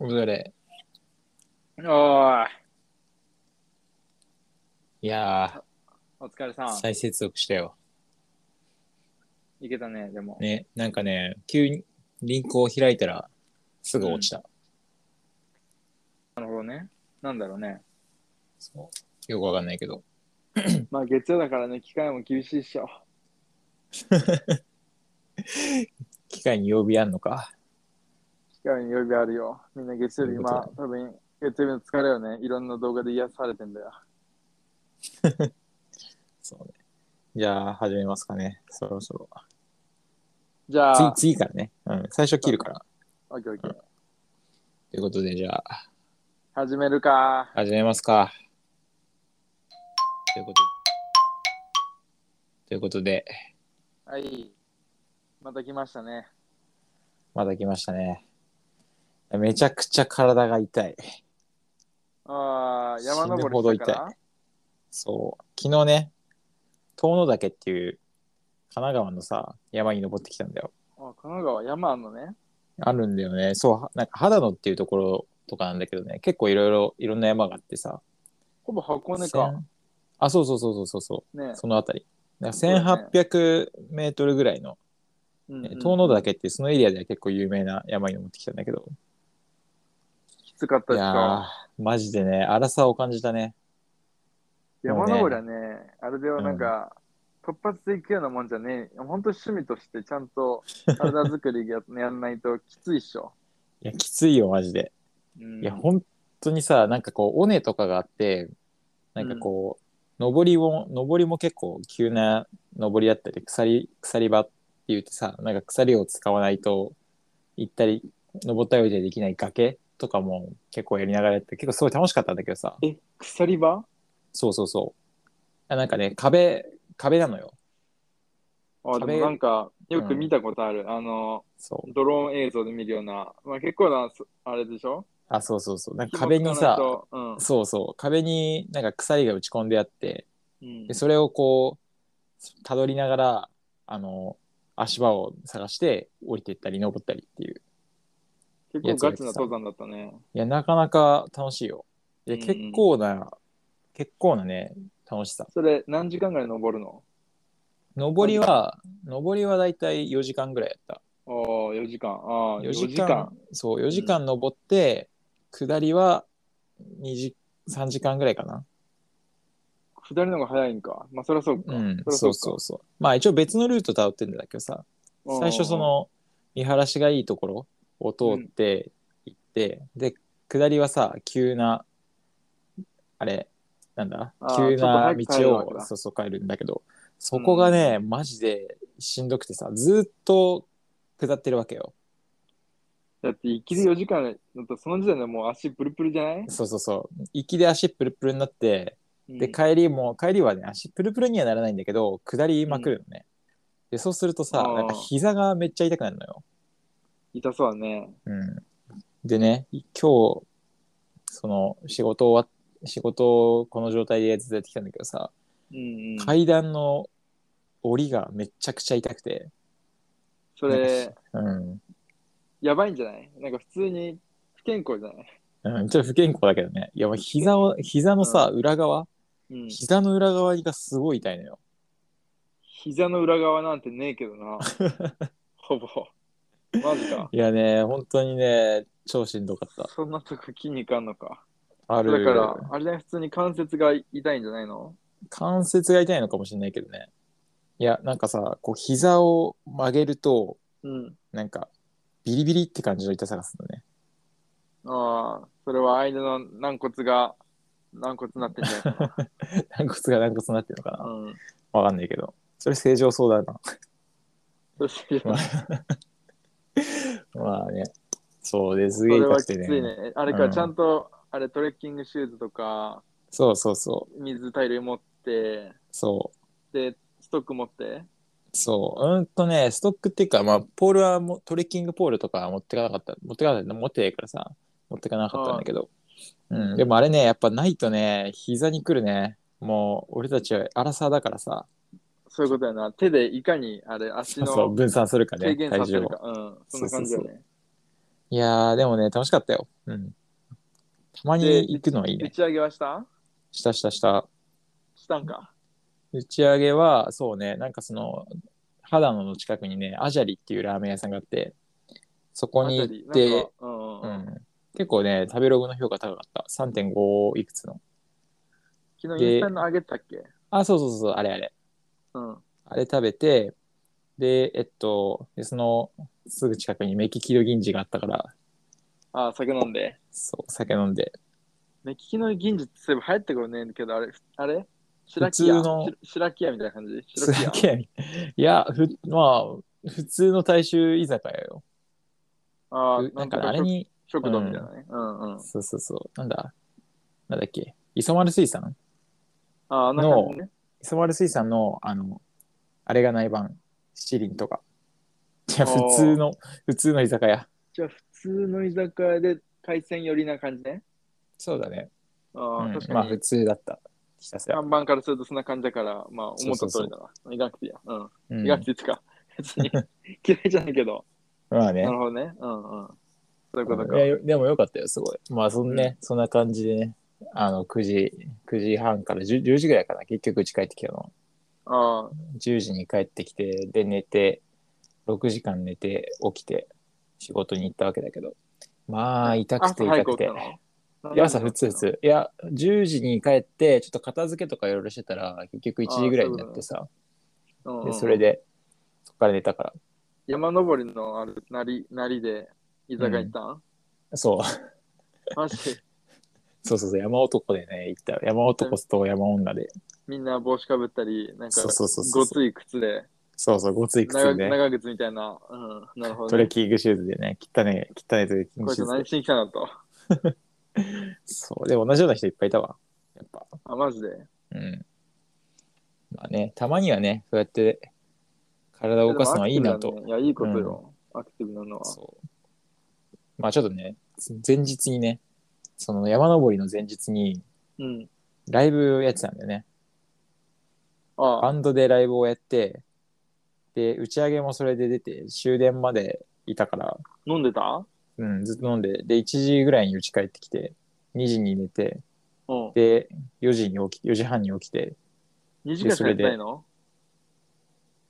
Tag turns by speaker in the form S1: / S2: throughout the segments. S1: どれ。
S2: おー
S1: い
S2: い、
S1: や
S2: お疲れさ
S1: ー、
S2: ん。
S1: 再接続したよ。
S2: いけたね、でも。
S1: ね、なんかね、急にリンクを開いたらすぐ落ちた。
S2: なるほどね。なんだろうね。
S1: そうよくわかんないけど。
S2: まあ、月曜だからね、機会も厳しいっしょ。
S1: 機械に呼びやんのか。
S2: 機会に予備あるよ。みんな月曜日、
S1: ということ
S2: 今、多分、月曜日の疲れをね、いろんな動画で癒されてんだよ。
S1: そうね。じゃあ、始めますかね。そろそろ。
S2: じゃあ、
S1: 次、次からね。うん、最初切るから。
S2: オッケーオッケー。
S1: ということで、じゃあ、
S2: 始めるか。
S1: 始めますか。ということということで、
S2: はい。また来ましたね。
S1: また来ましたね。めちゃくちゃ体が痛い。
S2: ああ、山
S1: 死ぬほど
S2: 登りしたから
S1: 痛そう。昨日ね、遠野岳っていう神奈川のさ、山に登ってきたんだよ。
S2: あ神奈川、山あんのね。
S1: あるんだよね。そうは、なんか秦野っていうところとかなんだけどね、結構いろいろ、いろんな山があってさ。
S2: ほぼ箱根
S1: せ
S2: か。
S1: んあ、そうそうそうそうそうそ
S2: ね
S1: う。。そのあたり。だか
S2: そうだ
S1: ら
S2: ね
S1: 1800メートルぐらいの、
S2: うんう
S1: ね
S2: ん
S1: 遠野。岳っていうそのエリアでは結構有名な山に登ってきたんだけど。
S2: きつかった
S1: い
S2: し
S1: やー
S2: か。、
S1: マジでね、荒さを感じたね。
S2: 山登りはね、あれではなんか、突発で行くようなもんじゃねえ。本当趣味としてちゃんと体作り ややんないときついっしょ。
S1: いや、きついよ、マジで。
S2: うん
S1: いや本当にさなんかこう尾根とかがあってなんかこう、登りも登りも結構急な登りだったり鎖鎖場って言ってさなんか鎖を使わないと行ったり登ったり降りたりできない崖とかも結構やりながらやって結構すごい楽しかったんだけどさ
S2: え、鎖場
S1: そうそうそうあなんかね壁壁なのよ
S2: あ、で
S1: 壁
S2: もなんか、よく見たことある。あの、
S1: そう
S2: ドローン映像で見るような、まあ結構な、そあれでしょ
S1: あそうそうそうなんか壁にさ
S2: 紐使わないと
S1: そうそう壁になんか鎖が打ち込んであって
S2: うん。うん
S1: でそれをこうたどりながらあの足場を探して降りていったり登ったりっていう
S2: 結構ガチな登山だったね。
S1: いやなかなか楽しいよいや
S2: うんうん
S1: 結構な、結構なね楽しさ
S2: それ、何時間ぐらい登るの
S1: 登りは登りはだいたい4時間ぐらいやった
S2: ああ、4時間。ああ、
S1: 4
S2: 4
S1: 時間
S2: 時間。
S1: そう4時間登って、下りは2時3時間ぐらいかな
S2: 下りの方が早いんか。まあ、そりゃそうか。
S1: うん
S2: りゃ
S1: そうそうそうまあ一応別のルートたどってんだけどさ
S2: うん
S1: 最初その見晴らしがいいところを通って行って、で下りはさ急なあれなんだ
S2: あー
S1: 急
S2: ちょっと
S1: な
S2: 早く帰る
S1: 道
S2: わけ
S1: を
S2: だ
S1: そうそう帰るんだけどそこがね、マジでしんどくてさずーっと下ってるわけよ
S2: だって、行きで4時間だと、その時点でもう足プルプルじゃない
S1: そうそうそう行きで足プルプルになってで
S2: うん
S1: 帰りも帰りはね足プルプルにはならないんだけど下りまくるのね、でそうするとさ
S2: あー
S1: なんか膝がめっちゃ痛くなるのよ
S2: 痛そうだね。
S1: うんでね、今日、その仕事終わっ仕事をこの状態でずっとやってきたんだけどさ、
S2: うん、うん。
S1: 階段の檻がめちゃくちゃ痛くて、
S2: それ、
S1: うん、
S2: やばいんじゃないなんか普通に不健康じゃな
S1: う
S2: い
S1: ん、ちょっと不健康だけどね、いや、膝を、膝のさ、裏側、
S2: うん。
S1: 膝の裏側がすごい痛いのよ。
S2: 膝の裏側なんてねえけど な。ほぼ。マジか。
S1: いやね、本当にね、超しんどかった。
S2: そんなとこ筋肉あんのか。
S1: あ
S2: だか
S1: る、
S2: ら、あれだね、普通に関節が痛いんじゃないの
S1: 関節が痛いのかもしれないけどね。いや、なんかさ、こう、膝を曲げると、
S2: うん。
S1: なんか、ビリビリって感じの痛さがするのね。
S2: ああ、それは間の軟骨が軟骨になってんじゃないか
S1: 軟骨が軟骨になってるのか
S2: な。
S1: な
S2: うん。
S1: わかんないけど。それ正常そうだな。
S2: そして
S1: ままあね。そうです。
S2: そ
S1: すげえ
S2: れ
S1: 痛
S2: は
S1: く
S2: きつ
S1: て
S2: いね
S1: ね。。
S2: えあれ
S1: う
S2: か、
S1: ん
S2: ちゃんと、あれ、トレッキングシューズとか、
S1: そうそうそう。
S2: 水大量持って、
S1: そ
S2: で、ストック持って。
S1: う。そう。うんとね、ストックっていうか、まあ、ポールはもトレッキングポールとかは持ってかなかった。持ってかなかった。持ってないからさ。持ってかなかったんだけど。うん。でもあれね、やっぱないとね、膝に来るね。もう、俺たちは荒さだからさ。
S2: そういうことやな。手でいかに、あれ、足
S1: そう、
S2: の
S1: 分散するか
S2: 軽
S1: ね、
S2: 減
S1: 体
S2: させ
S1: 重
S2: る
S1: を
S2: か。。うん。そんな感じだよね。
S1: いやー、でもね、楽しかったよ。うん。たまに行くのはいい
S2: 打
S1: ね。
S2: ち上げはした
S1: したしたした。
S2: したんか。
S1: 打ち上げは、そうね、なんかその、肌野の近くにね、アジャリっていうラーメン屋さんがあって、そこに行っ
S2: あたりな
S1: て
S2: んか、うん
S1: う
S2: う
S1: ん
S2: うん、
S1: ん、結構ね、食べログの評価高かった。3.5いくつの。
S2: 昨日
S1: で
S2: インスタのあげたっけ
S1: あ、そうそうそう、あれあれ。
S2: うん。
S1: あれ食べて、で、えっと、でその、すぐ近くにメキキドギンジがあったから、
S2: あ、酒飲んで。
S1: そう、酒飲んで。
S2: 目利きの銀次ってそういえば流行ってくるねんけど、あれ、あれ白
S1: 普
S2: 木
S1: 通
S2: 屋
S1: の
S2: し白木屋みたいな感じ
S1: す
S2: 白木
S1: げ
S2: 屋
S1: え。いや、ふまあ、普通の大衆居酒屋よ。
S2: あー
S1: うなんかあれ
S2: 食
S1: に、
S2: 食堂みたいなね。うんうん。
S1: そうそうそう、なんだ、なんだっけ、磯丸水産
S2: あー、あんな感じね。
S1: 磯丸水産の、あの、あれがない版、七輪とか。いや、
S2: おー
S1: 普通の、普通の居酒屋。
S2: じゃあ、普通の居酒屋で海鮮寄りな感じね。
S1: そうだね。
S2: あ
S1: う
S2: あ、
S1: ん
S2: 確、
S1: まあ、
S2: か
S1: 普
S2: に。
S1: 通だった。ひたすら。
S2: 看板からするとそんな感じだから、まあ、思った通りだな。医学的や。うん。
S1: うん
S2: 医学的か。 別に嫌いじゃないけど。
S1: ま あね
S2: な。るほどね。うんうん。そういうことか
S1: い。やよでもよかったよ、すごい。まあ、そんね、そんな感じでね、あの、9時、9時半から 10, 10時ぐらいかな、結局、うち帰ってきたの。
S2: ああ、
S1: 10時に帰ってきて、で、寝て、6時間寝て、起きて、仕事に行ったわけだけど。まあ、痛くて痛くて。
S2: 朝早起きたの
S1: いや、朝普通普。通。いや、10時に帰って、ちょっと片付けとかいろいろしてたら、結局1時ぐらいになってさ、
S2: うんうん
S1: でそれで、そっから寝たか
S2: 山登りのあるなり、なりで居酒屋行ったん、
S1: ら。そう、
S2: マジで
S1: そうそうそう、山男でね、行った。山男と山女で。
S2: みんな帽子かぶったり、なんか
S1: そうそうそうそう
S2: ごつい靴で、
S1: そうそう、ごつい
S2: 長
S1: 靴でね、
S2: 長靴みたいな、うん、なるほ
S1: ト
S2: ど、
S1: レッ
S2: ね。
S1: キングシューズでね、汚ね、汚いトレッキン
S2: こ
S1: グ
S2: い
S1: シュ
S2: つ
S1: ーズ
S2: 何
S1: で。
S2: しに来たのと。
S1: そう、で、同じような人いっぱいいたわ。やっぱ。
S2: あ、マジで。
S1: うん。まあね、たまにはね、そうやって、体を動かすのはいいな
S2: で
S1: と。
S2: もアクティブだねいや、いいことよ。アクティブなのは。
S1: そう。まあちょっとね、前日にね、その山登りの前日に、
S2: うん。
S1: ライブやってたんだよね。
S2: あ
S1: バ
S2: あ、
S1: ンドでライブをやって、で、打ち上げもそれで出て、終電までいたから、
S2: 飲んでた
S1: うん、ずっと飲んで、で、1時ぐらいに家帰ってきて、2時に寝て、
S2: うん。
S1: で、4時に起き、4時半に起きて、
S2: 2時間しかやってないの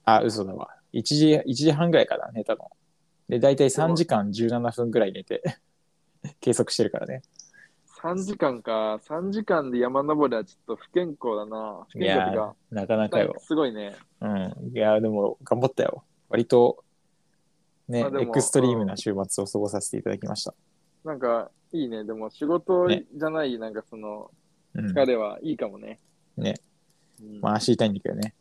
S1: あ、嘘だわ。1時、1時半ぐらいかな、寝たの。で、大体3時間17分ぐらい寝て、 計測してるからね。
S2: ?3 時間か。3時間で山登りはちょっと不健康だな。不
S1: い
S2: 健康
S1: や
S2: って
S1: ー
S2: か、
S1: なかなか
S2: なん
S1: よ
S2: か。すごいね。
S1: うん。いやーでも、頑張ったよ。割と、ね、
S2: まあでも
S1: エクストリームな週末を過ごさせていただきました。
S2: なんか、いいね。でも仕事じ
S1: ね
S2: ゃない、なんかその、
S1: うん。
S2: 疲れはいいかもね。
S1: ね。
S2: うん
S1: まあ、足痛いんだけどね。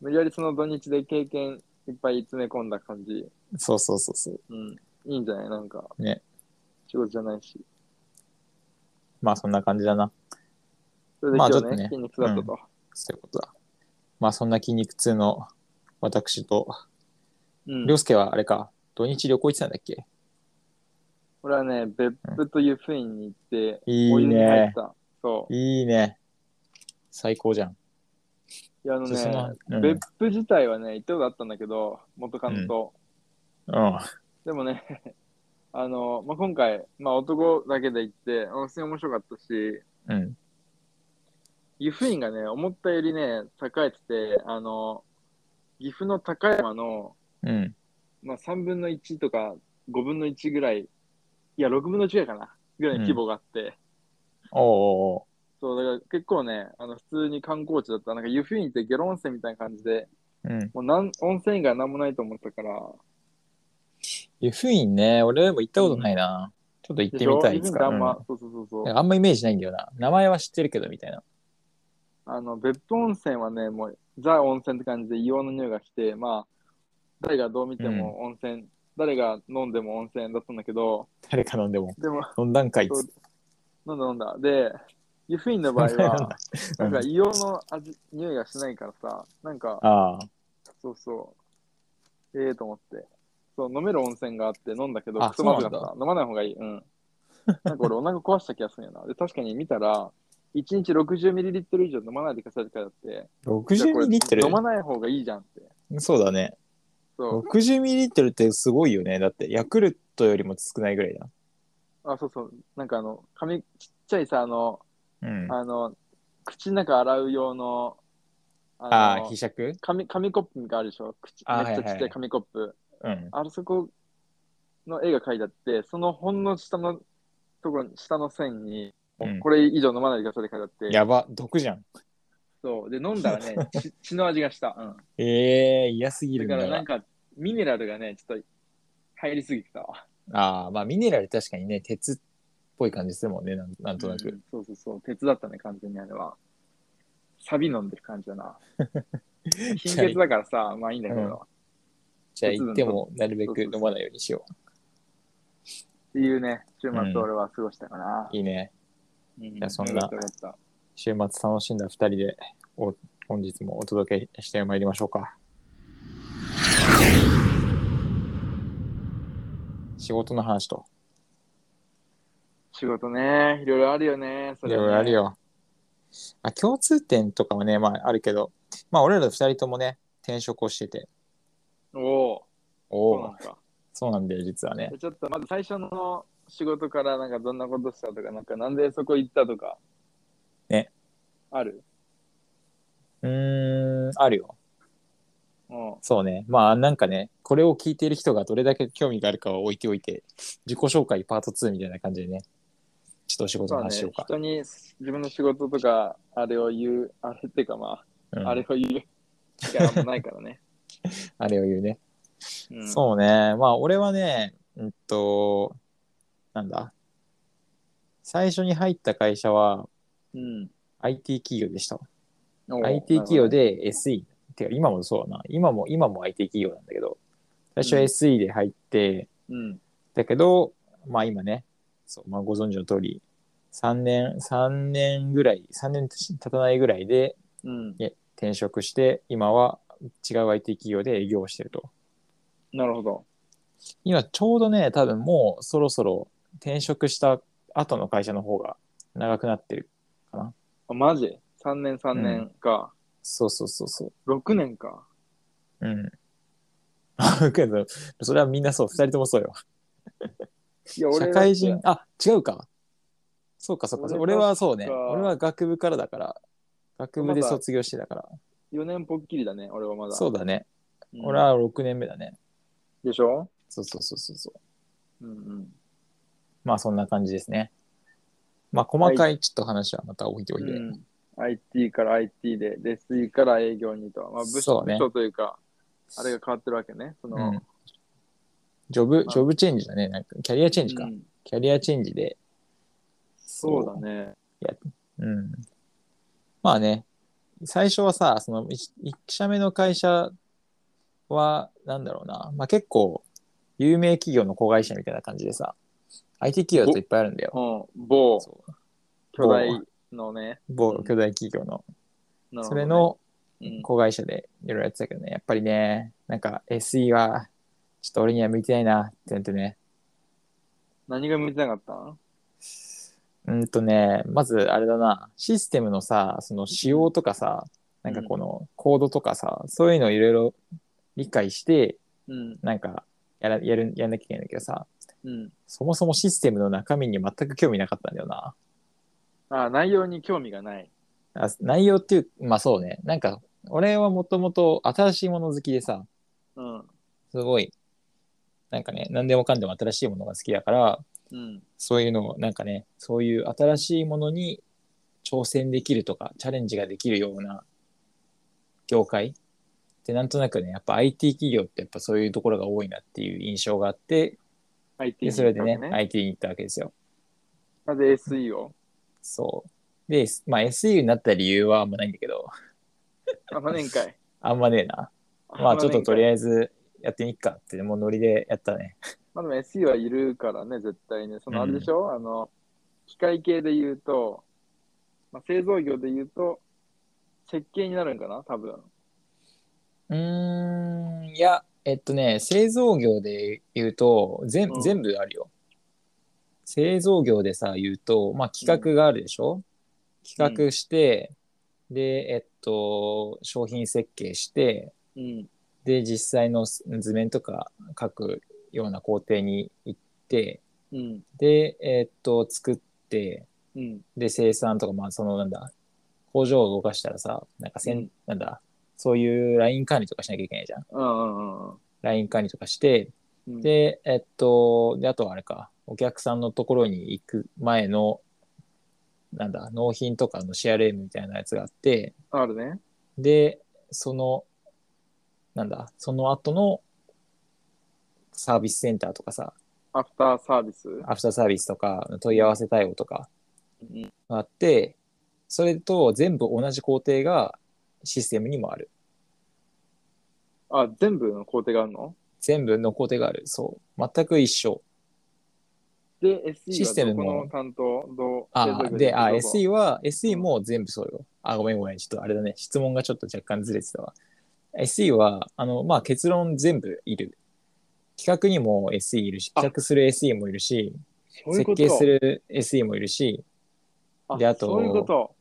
S2: 無理やりその土日で経験いっぱい詰め込んだ感じ。
S1: そうそうそうそう。
S2: うん。いいんじゃないなんか。
S1: ね。
S2: 仕事じゃないし。
S1: まあ、そんな感じだな。
S2: それで
S1: まあ
S2: 今
S1: ちょっ
S2: 日
S1: と
S2: ね、
S1: ね
S2: 筋肉痛だったと。
S1: そういうことだ。まあ、そんな筋肉痛の私と、
S2: うん。
S1: りょうすけはあれか、土日旅行行ってたんだっけ
S2: 俺はね、別府という府院に行って、
S1: いいね
S2: お湯に入った。そう。
S1: いいね。最高じゃん。
S2: いや、あの
S1: そその
S2: ね、
S1: うん
S2: 別府自体はね、行ったことあったんだけど、元カノと。
S1: うん。
S2: でもね、 あの、まあ、今回、まあ、男だけで行って、あ普通に面白かったし、
S1: うん。
S2: 湯布院がね、思ったよりね、栄えてて、あの、岐阜の高山の、
S1: うん。
S2: まあ、3分の1とか5分の1ぐらい、いや、6分の1ぐらいかな、ぐらいの規模があって、
S1: おうおうお
S2: そう、だから結構ね、あの、普通に観光地だった。なんか湯布院ってゲロ温泉みたいな感じで、
S1: う。うん。
S2: もうなん温泉以外なんもないと思ったから、
S1: 湯布院ね、俺でも行ったことないな。ちょっと行ってみたい、い
S2: でし
S1: つ
S2: ょ湯布
S1: か。
S2: 院ってあ
S1: うんん
S2: ま、そうそうそうそう。
S1: なんかあんまイメージないんだよな。名前は知ってるけど、みたいな。
S2: あの、別府温泉はね、もう、ザ温泉って感じで硫黄の匂いがして、まあ、誰がどう見ても温泉、誰が飲んでも温泉だったんだけど、
S1: 誰か飲んでも。
S2: でも、
S1: 飲んだんかいっつって。
S2: 飲んだ飲んだ。で、湯布院の場合
S1: 飲ん
S2: は
S1: だ、 う
S2: な
S1: ん
S2: んか硫黄の味、匂いがしないからさ、なんか、
S1: ああ。
S2: そうそう、ええと思って。そう、飲める温泉があって飲んだけど、
S1: あ
S2: くそまずかっ
S1: そうな
S2: た。飲まない方がいい。うん。なんか俺お腹壊した気がするんやな。で、確かに見たら、1日 60ml 以上飲まないでくださいって書いてあって、じゃあこれ
S1: 60ml?
S2: 飲まない方がいいじゃんって。
S1: そうだね。
S2: そう。
S1: 60ml ってすごいよね。だって、ヤクルトよりも少ないぐらいだ。
S2: あ、そうそう。なんかあの、紙、ちっちゃいさ、あの、
S1: うん。
S2: あの、口の中洗う用の、
S1: ああ
S2: の
S1: ー、、被写
S2: 紙、紙コップがあるでしょ口
S1: あ
S2: めっ
S1: は
S2: ちゃ
S1: い
S2: ち
S1: は
S2: っ
S1: い
S2: ち
S1: は
S2: ゃ
S1: い
S2: い紙コップ。
S1: うん。
S2: あそこの絵が描いてあって、そのほんの下のところ、下の線に、
S1: うん
S2: これ以上飲まないでくださいって書いてあって、
S1: やば、毒じゃん。
S2: そう。で、飲んだら ね、血血の味がした。うん。
S1: ええー、嫌すぎる
S2: だ
S1: ん
S2: か
S1: だ
S2: らな
S1: が
S2: ん。か、ミネラルがね、ちょっと入りすぎてたわ。
S1: ああ、まあミネラル確かにね、鉄っぽい感じするもんね、なんなんとな
S2: う
S1: く。
S2: んそうそうそう、鉄だったね、完全にあれは。サビ飲んでる感じだ な。貧血だからさ、まあいいんだけど、
S1: うん
S2: っ
S1: じゃあ行ってもなるべく飲まないようにしよ
S2: ていうね、週末俺は過ごしたかな
S1: う。。いいね。
S2: うん
S1: やそんな
S2: よかったよかった
S1: 週末楽しんだ2人でお本日もお届けしてまいりましょうか仕事の話と
S2: 仕事ね、いろいろあるよね。そ
S1: い
S2: れ
S1: ろいろある。よ、あ共通点とかもねまああるけどまあ俺ら2人ともね転職をしてて
S2: おお、
S1: お
S2: そう
S1: お
S2: なんか。
S1: そうなんだよ実はね
S2: で ちょっとまず最初の仕事から、なんかどんなことしたとか、なんかなんでそこ行ったとか。
S1: ね。
S2: ある
S1: うーんあるよ
S2: うん。
S1: そうねまあなんかねこれを聞いている人がどれだけ興味があるかは置いておいて自己紹介パート2みたいな感じでねちょっとお仕事
S2: そ
S1: の
S2: うね、
S1: 話しようか
S2: 人に自分の仕事とか、あれを言う、あれってかまあ、
S1: うん
S2: あれを言う 力もないからね。
S1: あれを言うね
S2: うん
S1: そうね。まあ、俺はね、うんと、なんだ。最初に入った会社は
S2: うん。
S1: IT 企業でした。
S2: おう
S1: IT 企業。で SE。てか、今もそうだな。今も、今も IT 企業なんだけど、最初は
S2: うん
S1: SE で入って、
S2: なるほどうん。
S1: だけど、まあ今ね、そう、まあご存知の通り、3年、三年ぐらい、3年経たないぐらいで
S2: うん。
S1: 転職して、今は違う IT 企業で営業をしてると。
S2: なるほど。
S1: 今ちょうどね多分もうそろそろ転職した後の会社の方が長くなってる
S2: あ、マジ ?3 年3年か。
S1: そうそうそうそ
S2: 6年か。
S1: ううん あけどそれはみんなそう2人ともそうよ
S2: いや、俺
S1: 社
S2: だって
S1: 会人。あ違うかそうかそうか俺
S2: 俺
S1: は
S2: は
S1: そうね
S2: そっか
S1: 俺は学部からだから学部で卒業してたから、
S2: 4年ぽっきりだね、俺はまだ。
S1: そうだね、
S2: うん
S1: 俺は6年目だね
S2: でしょ
S1: そうそうそうそうそう
S2: うんうん。
S1: まあそんな感じですねまあ細かいちょっと話はまた置いておいて、
S2: うん、IT から IT で、レスイから営業にと。まあ、部
S1: そ
S2: 署
S1: うね
S2: 部署というか、あれが変わってるわけね。その、
S1: うんジョブ、
S2: あ
S1: ジョブチェンジだね。なんかキャリアチェンジか。
S2: うん
S1: キャリアチェンジで。
S2: そうだね。
S1: うん。まあね、最初はさ、その1社目の会社は、なんだろうな、まあ結構、有名企業の子会社みたいな感じでさ、IT 企業だといっぱいあるんだよ。
S2: うん。某
S1: そう
S2: 巨大のね。
S1: 某巨大企業の。
S2: なるほ
S1: そ
S2: どね
S1: れ、の
S2: うん
S1: 子会社でいろいろやってたけどね、やっぱりね、なんか SE は、ちょっと俺には向いてないなってなってね。
S2: 何が見てなかった
S1: うんとね、まずあれだな、システムのさ、その仕様とかさ、なんかこのコードとかさ、そういうのをいろいろ理解して、
S2: うん。
S1: なんかやらやるやんなきゃいけないんだけどさ、
S2: うん。
S1: そもそもシステムの中身に全く興味なかったんだよな。
S2: あ内容に興味がない。
S1: あ内容っていう、まあそうね、なんか俺はもともと新しいもの好きでさ、
S2: うん。
S1: すごい、なんかね、何でもかんでも新しいものが好きだから、
S2: うん。
S1: そういうのを、なんかね、そういう新しいものに挑戦できるとか、チャレンジができるような業界って、なんとなくね、やっぱ IT 企業ってやっぱそういうところが多いなっていう印象があって、
S2: IT
S1: で
S2: に
S1: それでね、
S2: 興味
S1: IT に行ったわけですよ。
S2: なぜ SE を
S1: そう。で、まあ SE になった理由はあんまないんだけど、
S2: あ、まねんかい。
S1: あんまねえな。 まあちょっととりあ
S2: え
S1: えずやってみっかって、もうノリでやったね。
S2: ず。まあでも SE はいるからね、絶対ね。そのあれでしょ、あの、機械系で言うと、まあ、製造業で言うと、設計になるんかな多分。
S1: うーん、いや、えっとね、製造業で言うと、全
S2: うん
S1: 全部あるよ。製造業でさ、言うと、まあ企画があるでしょ、企画して、で、えっと、商品設計して、
S2: うん。
S1: で、実際の図面とか書くような工程に行っって、
S2: うん。
S1: で、えーっと、作って、
S2: うん。
S1: で、生産とか、まあ、その、なんだ、工場を動かしたらさ、なんかせん、
S2: うん
S1: なんだ、そういうライン管理とかしなきゃいけないじゃん。
S2: うんうん
S1: ライン管理とかして、
S2: うん。、
S1: で、えっと、で、あとはあれか、お客さんのところに行く前の、なんだ、納品とかの CRM みたいなやつがあって、
S2: あるね。
S1: で、その、なんだ、その後のサービスセンターとかさ、
S2: アフターサービス。
S1: アフターサービスとか、問い合わせ対応とか
S2: うん。
S1: があって、それと全部同じ工程がシステムにもある。
S2: あ、全部の工程があるの
S1: 全部の工程がある。そう。全く一緒。
S2: で、
S1: システ
S2: SE
S1: ム
S2: はど
S1: も
S2: この担当どう
S1: ああ、で、あ、SE
S2: は。
S1: は、SE も全部そうよ。あ、ごめんごめん。ちょっとあれだね。質問がちょっと若干ずれてたわ。SE は、あの、まあ、結論全部いる。企画にも SE いるし、
S2: あ
S1: 企画する SE もいるし、
S2: そういう
S1: 設
S2: こと
S1: 計する SE もいるし、であと
S2: そういうこと。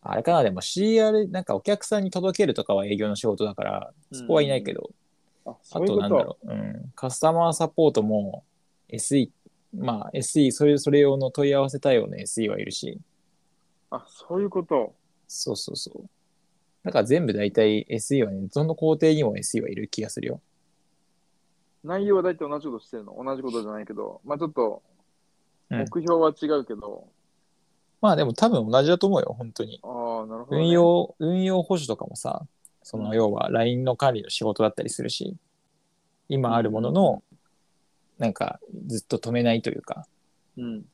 S1: あれかな、でも CR、なんかお客さんに届けるとかは営業の仕事だから、そこはいないけど、
S2: あ、
S1: あ
S2: そういう
S1: と
S2: こ
S1: なんだ
S2: と。
S1: ろう、うん、カスタマーサポートも SE、まあ SE、それそれ用の問い合わせ対応の SE はいるし、
S2: あ、そういうこと。
S1: そうそうそう。だから全部大体 SE はね、どの工程にも SE はいる気がするよ。
S2: 内容は大体同じことしてるの。同じことじゃないけど。まあちょっと、
S1: うん
S2: 目標は違うけど。
S1: まあでも多分同じだと思うよ、本当に。
S2: ああ、なるほどね。
S1: 運用、運用保守とかもさ、そ
S2: うん
S1: の要は LINE の管理の仕事だったりするし、今あるものの、なんかずっと止めないというか、
S2: うん。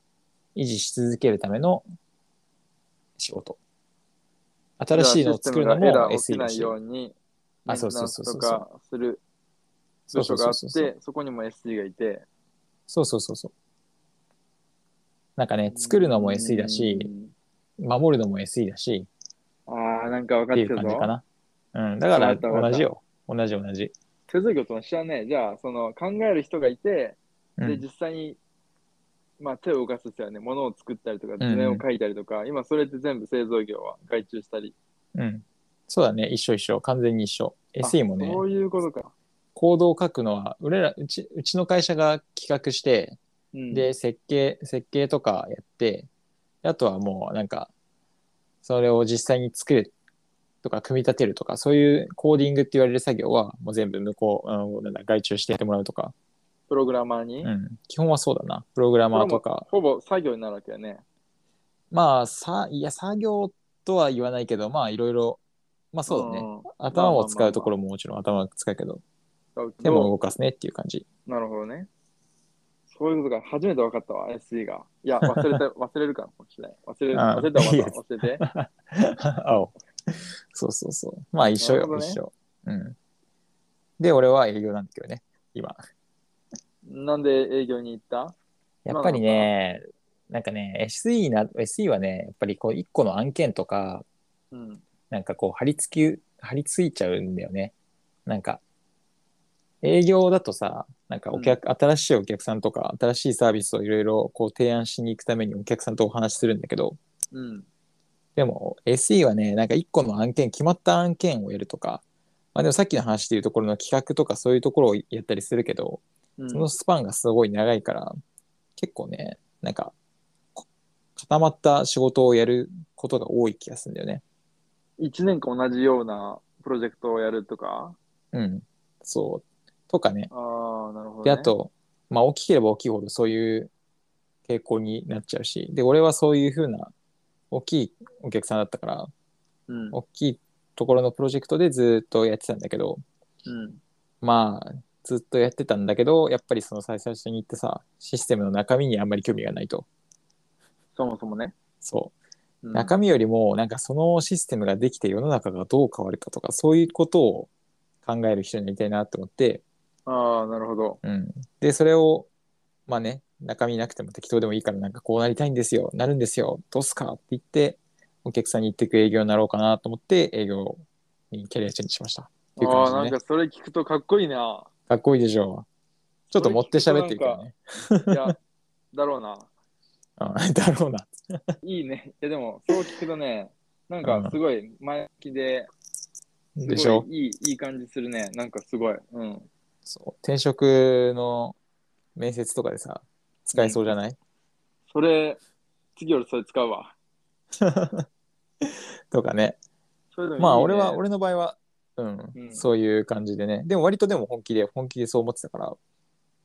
S1: 維持し続けるための仕事。新しいのを作るのも
S2: じゃあシス
S1: SE
S2: テムが
S1: だ
S2: エラー起きない
S1: し。
S2: ように、
S1: あそうそうそうそう
S2: メンテナンスとかする部署があっ
S1: そう
S2: て、そこにも SE がいて。
S1: そうそうそうそう。なんかね、作るのも SE だし、守るのも SE だし、
S2: うん。ああ、なんか分か
S1: っ
S2: って
S1: い
S2: て
S1: う
S2: る
S1: 感じ
S2: ぞ
S1: か。な。うん、だから
S2: わかったわかった
S1: 同じよ。同じ同じ。
S2: 手作業とは知らない。じゃあ、その考える人がいて、
S1: う
S2: で、
S1: ん、
S2: 実際に、まあ、手を動かす人はね、物を作ったりとか、
S1: ん
S2: 図面を描いたりとか、今それって全部製造業は外注したり。
S1: うん。そうだね、一緒一緒。完全に一緒。SE も
S2: あ
S1: ね
S2: そ、ういうことか。
S1: コードを書くのは、俺ら、うち、うちの会社が企画して、
S2: うん、
S1: で、設計、設計とかやって、あとはもうなんか、それを実際に作るとか、組み立てるとか、そういうコーディングって言われる作業は、もう全部向こう、あのなんだ、外注してやってもらうとか、
S2: プログラマーに、
S1: うん。基本はそうだな。プログラマーとか、
S2: ほぼ作業になるわけよね。
S1: まあ、さ、いや、作業とは言わないけど、まあ、いろいろ、まあそうだね。
S2: ん
S1: 頭を使うところももちろん頭を使うけど、
S2: 使うけ
S1: 手も
S2: ど
S1: 動かすねっていう感じ。
S2: なるほどね。そういうことか。初めて分かったわ、SE が。いや、忘れた、忘れるかもしれない。忘れる、
S1: あ
S2: 忘れたわ、
S1: いいや
S2: 忘れて。
S1: 青。そうそうそう。まあ一緒
S2: なるほ
S1: よ、
S2: どね
S1: 一緒。うん。で、俺は営業なんだけどね、今。
S2: なんで営業に行った
S1: やっぱりね、なんかね、SE, な SE はね、やっぱりこう一個の案件とか、
S2: うん。
S1: なんかこう貼り付き、貼り付いちゃうんだよね。なんか、営業だとさ、なんかお客、新しいお客さんとか、新しいサービスをいろいろこう提案しに行くためにお客さんとお話しするんだけど、
S2: うん。
S1: でも SE はね、なんか一個の案件、決まった案件をやるとか、まあでもさっきの話でいうところの企画とかそういうところをやったりするけど、
S2: うん
S1: そのスパンがすごい長いから、結構ね、なんか、こ固まった仕事をやることが多い気がするんだよね。
S2: 1年間同じようなプロジェクトをやるとか
S1: うん。そう。とかね。
S2: ああ、なるほど、ね。
S1: で、あと、まあ大きければ大きいほどそういう傾向になっちゃうし、で、俺はそういうふうな大きいお客さんだったから、
S2: うん、
S1: 大きいところのプロジェクトでずっとやってたんだけど、
S2: うん。
S1: まあずっとやってたんだけどやっぱりその最初に言ってさシステムの中身にあんまり興味がないと
S2: そもそもね。
S1: そうう、
S2: ん、
S1: 中身よりもなんかそのシステムができて世の中がどう変わるかとかそういうことを考える人になりたいなと思って、
S2: ああ、なるほど。
S1: うん、でそれをまあね中身なくても適当でもいいからなんかこうなりたいんですよなるんですよどうすかって言ってお客さんに行ってく営業になろうかなと思って営業にキャリアチェンジしましたっていう
S2: あ
S1: 感
S2: あ、
S1: じで
S2: な
S1: ね
S2: んかそれ聞くとかっこいいな。
S1: かっこいいでしょちょっと持って喋ってるけどね
S2: い や、だろうな。
S1: うん だろうな。
S2: いいね。いや、でも、そう聞くとね、なんかすごい前向きで、す
S1: でし
S2: ご
S1: ょ
S2: いいいいい感じするね。なんかすごい。うん。
S1: そう転職の面接とかでさ、使えそうじゃない、
S2: それ、次俺それ使うわ。
S1: とかね。
S2: そ れでもいいね
S1: まあ俺は、俺の場合は、うん、
S2: うん
S1: そういう感じでね。でも割とでも本気で、本気でそう思ってたから。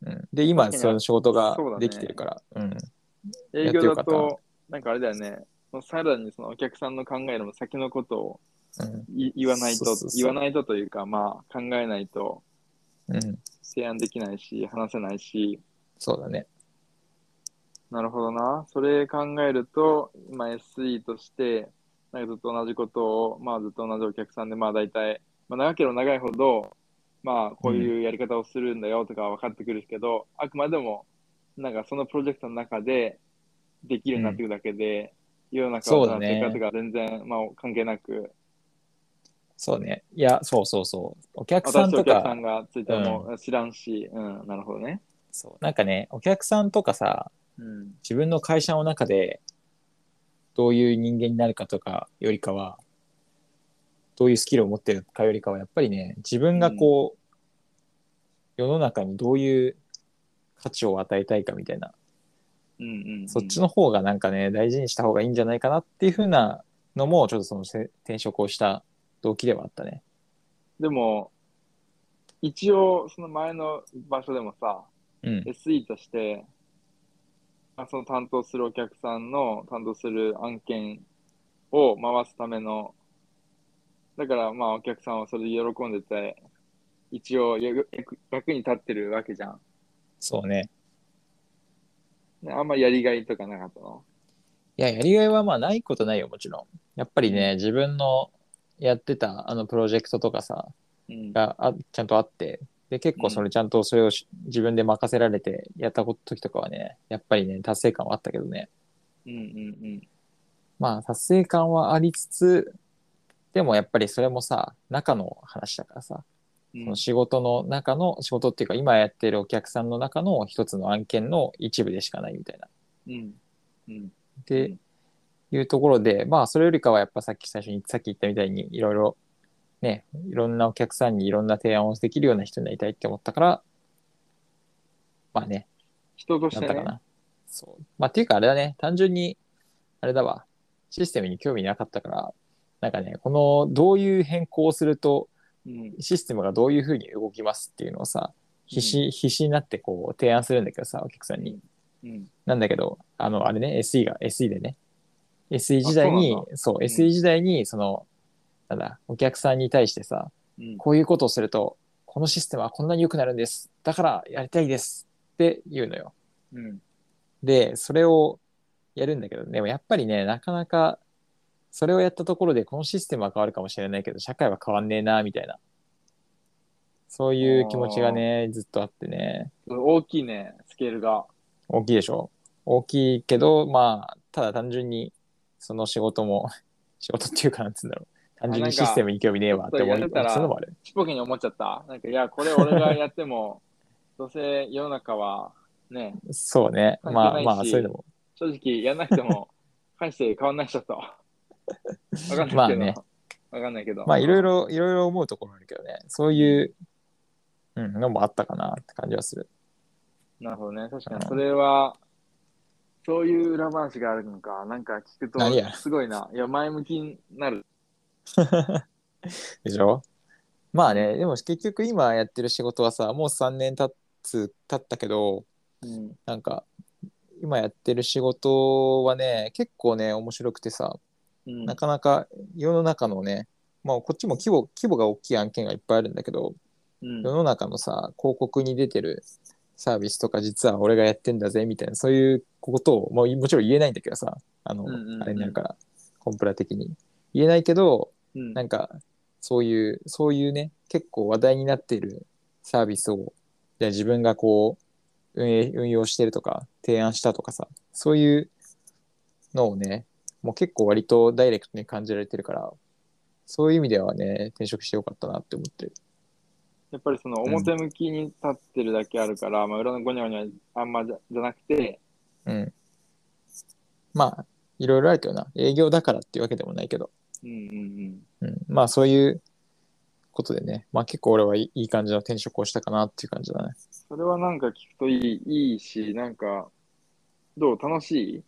S1: うん、で、今、
S2: 確かに
S1: その仕事が
S2: そうだね
S1: できてるから。うん。
S2: 営
S1: やって
S2: 業
S1: よか
S2: だ
S1: った
S2: と、なんかあれだよね、そのさらにそのお客さんの考えるも先のことを
S1: うん。
S2: い言わないと
S1: そうそうそう
S2: 言わないとというか、まあ考えないと
S1: うん。
S2: 提案できないし、話せないし、
S1: そうだね。
S2: なるほどな。それ考えると、今 SE として、なんかずっと同じことを、まあずっと同じお客さんで、まあ大体、まあ長ければ長いほど、まあこういうやり方をするんだよとかは分かってくるけど、あくまでも、なんかそのプロジェクトの中でできるようになっていくだけで、世の中
S1: そう
S2: の
S1: だね
S2: 生活が全然、まあ関係なく、
S1: そうね。いや、そうそうそう。お客さ
S2: 私
S1: ん
S2: と
S1: と
S2: お客さ
S1: か、
S2: んがついても知らんし、うん、なるほどね。
S1: そうなんかね、お客さんとかさ、
S2: うん。
S1: 自分の会社の中で、どういう人間になるかとかよりかは、どういうスキルを持ってるかよりかは、やっぱりね、自分がこう、世の中にどういう価値を与えたいかみたいな、
S2: うんうん、うん。
S1: そっちの方がなんかね、大事にした方がいいんじゃないかなっていうふうなのも、ちょっとそのせ転職をした動機ではあったね。
S2: でも、一応、その前の場所でもさ、
S1: うん。
S2: SE として、まあ、その担当するお客さんの担当する案件を回すための、だからまあお客さんはそれで喜んでて、一応役役に立ってるわけじゃん。
S1: そうね。
S2: ねあんまりやりがいとかなかったの。
S1: いや、やりがいはまあないことないよ、もちろん。やっぱりね、自分のやってたあのプロジェクトとかさ、
S2: うん。
S1: があちゃんとあって、で、結構それちゃんとそれをし自分で任せられてやったこと時とかはね、やっぱりね、達成感はあったけどね。
S2: うんうん
S1: まあ、達成感はありつつ、でもやっぱりそれもさ、中の話だからさ、
S2: うん。
S1: その仕事の中の、仕事っていうか今やってるお客さんの中の一つの案件の一部でしかないみたいな。
S2: うん。うん。
S1: っていうところで、まあそれよりかはやっぱさっき最初にさっき言ったみたいにいろいろねいろんなお客さんにいろんな提案をできるような人になりたいって思ったからまあね
S2: 人とし
S1: なってたか
S2: ね
S1: な、。そうまあっていうかあれだね単純にあれだわシステムに興味なかったからなんかねこのどういう変更をすると
S2: うん。
S1: システムがどういうふうに動きますっていうのをさ必死,、必死になってこう提案するんだけどさお客さんに。
S2: うん。
S1: なんだけど、あの、あれね、SE が、SE でね。SE 時代に
S2: あそう、
S1: そう
S2: うん
S1: SE 時代に、その、なんだ、お客さんに対してさ、
S2: うん。
S1: こういうことをすると、このシステムはこんなに良くなるんです。だからやりたいです。って言うのよ。
S2: うん。
S1: で、それをやるんだけど、でもやっぱりね、なかなか、それをやったところで、このシステムは変わるかもしれないけど、社会は変わんねえな、みたいな。そういう気持ちがね、ずっとあってね。
S2: 大きいね、スケールが。
S1: 大きいでしょ大きいけどまあただ単純にその仕事も 仕事っていうかなんつうんだろう単純にシステムに興味ねえわって思
S2: あ
S1: い
S2: なんか
S1: そういうのもある
S2: ちっぽけに思っちゃった。なんか、いや、これ俺がやっても、どうせ世の中は、ね、
S1: そうね
S2: 関係
S1: ま
S2: な
S1: あ
S2: いし
S1: まあそういうのも
S2: 正直やらなくて も、返して変わんないしちょっと。わか
S1: ま
S2: んな
S1: あ
S2: いけど。
S1: ね
S2: わかんないけど。
S1: まあいろい。ろいろいろ思うところあるけどねそういう、うん、のもあったかなって感じはする
S2: なるほどね。確か
S1: う
S2: に、
S1: ん
S2: それは、そういう裏話があるのか。なんか聞く
S1: 何や
S2: と、すごいな。いや、前向きになる。
S1: でしょまあねでも結局今やってる仕事はさもう3年経つ経ったけど
S2: うん。
S1: なんか今やってる仕事はね結構ね面白くてさ
S2: うん。
S1: なかなか世の中のね、まあ、こっちも規模規模が大きい案件がいっぱいあるんだけど、
S2: うん
S1: 世の中のさ広告に出てるサービスとか実は俺がやってんだぜみたいなそういうことを、まあ、もちろん言えないんだけどさあの、
S2: うんうんうん
S1: あれになるからコンプラ的に言えないけど
S2: うん
S1: なんかそういうそういうね結構話題になっているサービスをじゃあ自分がこう運営運用してるとか提案したとかさそういうのをねもう結構割とダイレクトに感じられてるからそういう意味ではね転職してよかったなって思ってる。
S2: やっぱりその
S1: うん
S2: 表向きに立ってるだけあるから、まあ裏のゴニョゴニョあんまじゃじゃなくて、
S1: うん。まあ、いろいろあるけどな。営業だからっていうわけでもないけど。
S2: うんうん
S1: うん。まあ、そういうことでね。まあ、結構俺はいいい感じの転職をしたかなっていう感じだね。
S2: それはなんか聞くといいいいし、なんか、どう楽しい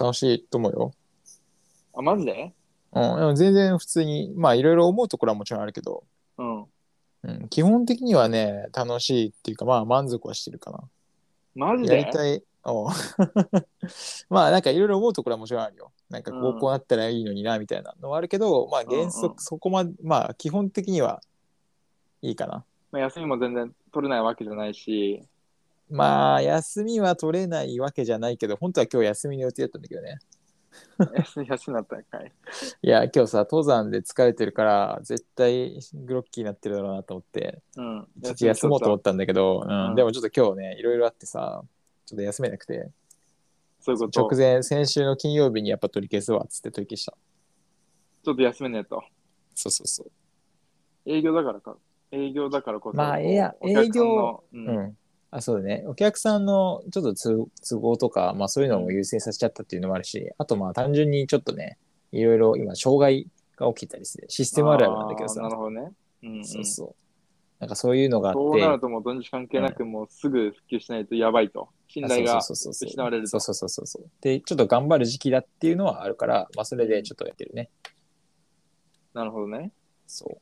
S1: 楽しいと思うよ。
S2: あ、マジで
S1: うん、でも全然普通に、まあいろいろ思うところはもちろんあるけど、
S2: うん。
S1: うん、基本的にはね、楽しいっていうか、まあ満足はしてるかな。
S2: マジ
S1: や
S2: で
S1: りたい。おう まあなんかいろいろ思うところはもちろんあるよ。なんかこ
S2: うん
S1: うこうなったらいいのになみたいなのはあるけど、まあ原
S2: うんうん
S1: 則そこまで、まあ基本的にはいいかな。
S2: まあ、休みも全然取れないわけじゃな いし、
S1: まあ休みは取れないわけじゃないけど、本当は今日休みの予定だったんだけどね。
S2: 休み休みだったんかい。
S1: いや、今日さ、登山で疲れてるから、絶対グロッキーになってるだろうなと思って、
S2: うん。
S1: 一日休もうと思ったんだけど、
S2: う
S1: うんん、でもちょっと今日ね、いろいろあってさ、ちょっと休めなくて、
S2: そういうこと。
S1: 直前、先週の金曜日にやっぱ取り消すわっつって取り消した。
S2: ちょっと休めねえと。
S1: そうそうそう。
S2: 営業だからか。営業だからこそ。
S1: まあ
S2: こう
S1: いや
S2: お客さんの
S1: 営業。
S2: う。
S1: うんん、あそうだねお客さんのちょっと都都合とか、まあ、そういうのも優先させちゃったっていうのもあるしあとまあ単純にちょっとねいろいろ今障害が起きたりしてシステムあるあるなんだけどさ
S2: あーなるほどね。うん、うん。
S1: そうそうなんかそういうのがあって
S2: そうなるともう土日関係なく、もうすぐ復旧しないとやばいと。信頼が
S1: あ。そうそうそうそう
S2: 失われる
S1: そ
S2: と
S1: うそうそうそうそうでちょっと頑張る時期だっていうのはあるから、まあ、それでちょっとやってるね
S2: なるほどね。
S1: そうっ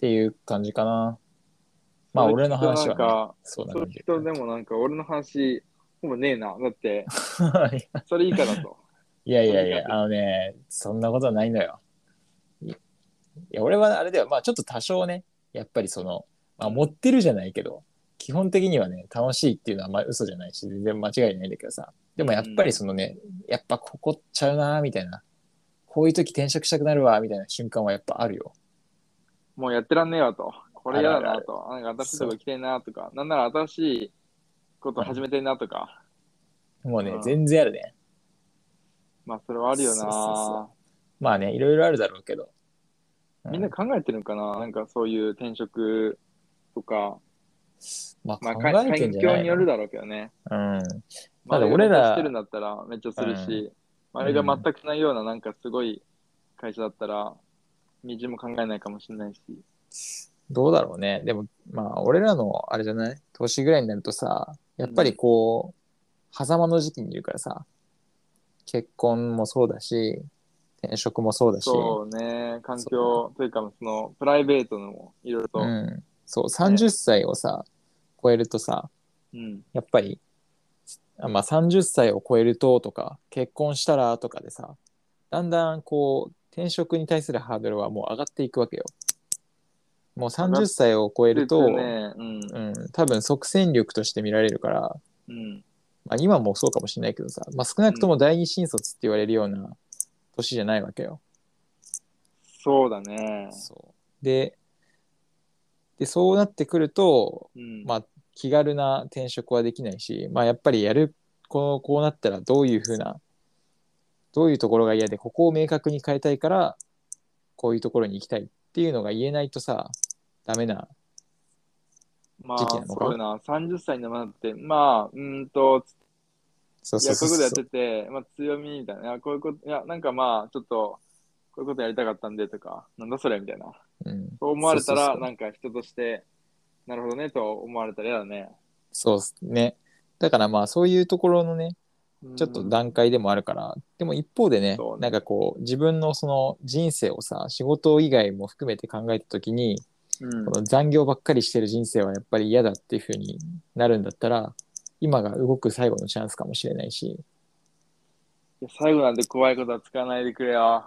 S1: ていう感じかなまあ
S2: それ
S1: 俺の話
S2: 聞くとなん
S1: はね
S2: か、
S1: そうな
S2: それ
S1: ん
S2: 聞くとでもなんか俺の話、ほぼねえな。だって、
S1: だけど
S2: それ以下だと。
S1: いやいやいや、あのね、そんなことはないのよ。いいや、俺はあれだよ、まあちょっと多少ね、やっぱりその、まあ、持ってるじゃないけど、基本的にはね、楽しいっていうのはまあ嘘じゃないし、全然間違いないんだけどさ、でもやっぱりそのね、やっぱここっちゃうなーみたいな、こういう時転職したくなるわーみたいな瞬間はやっぱあるよ。
S2: もうやってらんねえわと。これ嫌だ
S1: あるあ
S2: な
S1: る
S2: と。なんか新しいとこ行きたいなとか。なんなら新しいこと始めていなとか。
S1: もうね
S2: う、ん
S1: 全然あるね。
S2: まあそれはあるよ
S1: そうそう
S2: な
S1: そ。まあね、いろいろあるだろうけど。う
S2: みんな考えてるんかななんかそういう転職とか。
S1: まあ
S2: まあ
S1: 考
S2: か環
S1: えてんじゃ
S2: 境
S1: ない
S2: によるだろうけどね。
S1: うん。
S2: ま
S1: ま
S2: あ
S1: あでも俺ら
S2: してるんだったらめっちゃするし、
S1: ん
S2: あれが全くないようななんかすごい会社だったら、みじんも考えないかもしれないし。
S1: どうだろうね。でも、まあ、俺らの、あれじゃない年ぐらいになるとさ、やっぱりこう、狭間の時期にいるからさ、結婚もそうだし、転職もそうだし、
S2: そうね、環境というか、そのプライベートのもいろいろと。
S1: う
S2: うん
S1: ん、そう30歳をさ、超えるとさ、やっぱり、あまあ、30歳を超えるととか、結婚したらとかでさ、だんだんこう、転職に対するハードルはもう上がっていくわけよ。もう30歳を超えると、
S2: 普通ね、うん。
S1: うん、多分即戦力として見られるから、
S2: うん。
S1: まあ、今もそうかもしれないけどさ、まあ、少なくとも第二新卒って言われるような年じゃないわけよ。
S2: そうだね。
S1: そうででそうなってくると、
S2: うん。
S1: まあ、気軽な転職はできないし、まあ、やっぱりやるこのこうなったらどういうふうなどういうところが嫌でここを明確に変えたいからこういうところに行きたいっていうのが言えないとさダメな
S2: まあ、
S1: 時期なのか
S2: そうだな。30歳になって、まあ、うーんと、
S1: そう
S2: い
S1: そう
S2: や、
S1: そ
S2: こう
S1: う
S2: いうこと
S1: そ
S2: や
S1: う
S2: ってて、まあ、強みみたいな。いやこういうこと、いや、なんかまあ、ちょっと、こういうことやりたかったんでとか、なんだそれみたいな。
S1: うん
S2: そう思われた
S1: そうそう
S2: ら、
S1: そう
S2: なんか人として、なるほどね、と思われたら嫌だね。
S1: そうっすねだからまあそういうところのねちょっと
S2: だ
S1: 段階でもあるから、でも一方でね
S2: そうね
S1: なんかこう自分のその人生をさ仕事以外も含めて考えた時に、
S2: うん
S1: この残業ばっかりしてる人生はやっぱり嫌だっていうふうになるんだったら今が動く最後のチャンスかもしれないし
S2: いや最後なんて怖いことは使わないでくれよ。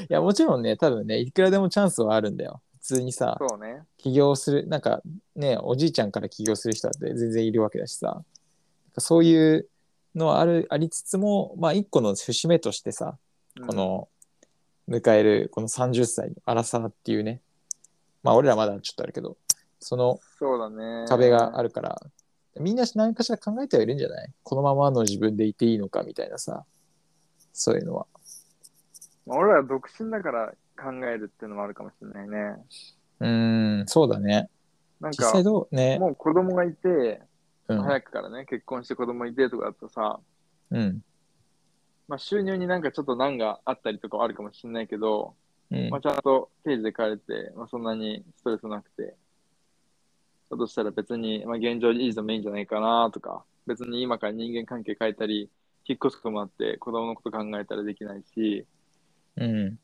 S1: いやもちろんね多分ねいくらでもチャンスはあるんだよ普通にさ
S2: そうね。
S1: 起業するなんかねおじいちゃんから起業する人だって全然いるわけだしさそういうのはあるありつつもまあ一個の節目としてさ
S2: うん
S1: こ、の迎えるこの30歳の荒さっていうねまあ俺らまだちょっとあるけどその
S2: そうだね。
S1: 壁があるから、みんな何かしら考えてはいるんじゃないこのままの自分でいていいのかみたいなさそういうのは
S2: まあ俺ら独身だから考えるっていうのもあるかもしれないね。
S1: うーんそうだね
S2: なん
S1: 実
S2: か、
S1: 際どうね
S2: もう子供がいて、
S1: うん
S2: 早くからね、結婚して子供いてとかだとさ、
S1: うん
S2: まあ、収入になんかちょっと難があったりとかはあるかもしれないけど、
S1: うん
S2: まあ、ちゃんと定時で帰れて、まあ、そんなにストレスなくて、だとしたら別に、まあ、現状維持でもいいんじゃないかなとか、別に今から人間関係変えたり、引っ越すこともあって、子供のこと考えたらできないし、
S1: うん。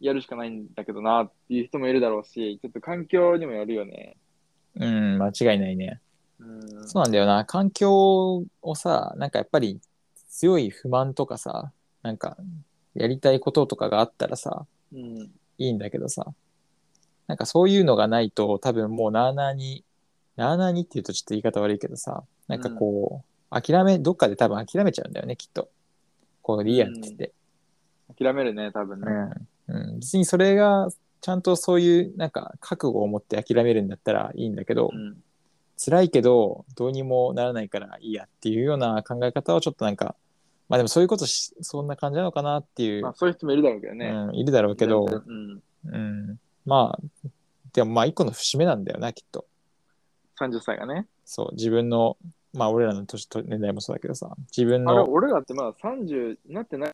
S2: やるしかないんだけどなっていう人もいるだろうし、ちょっと環境にもよるよね。
S1: うん、間違いないね。
S2: うん。
S1: そうなんだよな。環境をさ、なんかやっぱり強い不満とかさ、なんかやりたいこととかがあったらさ、
S2: うん。
S1: いいんだけどさ、なんかそういうのがないと多分もうなあなあに、なあなあにっていうとちょっと言い方悪いけどさ、なんかこう、諦め、どっかで多分諦めちゃうんだよね、きっと。こう、いいやって言って。
S2: 諦めるね、多分ね。
S1: うん、別にそれがちゃんとそういうなんか覚悟を持って諦めるんだったらいいんだけど、
S2: うん。
S1: 辛いけどどうにもならないからいいやっていうような考え方はちょっとなんかまあでもそういうことしそんな感じなのかなっていう、
S2: まあそういう人もいるだろうけどね。
S1: うん、いるだろうけど、
S2: うん。
S1: うん、まあでもまあ一個の節目なんだよなきっと
S2: 30歳がね。
S1: そう自分のまあ俺らの年と年代もそうだけどさ自分
S2: あれ、
S1: の
S2: 俺らってまだ30になってない。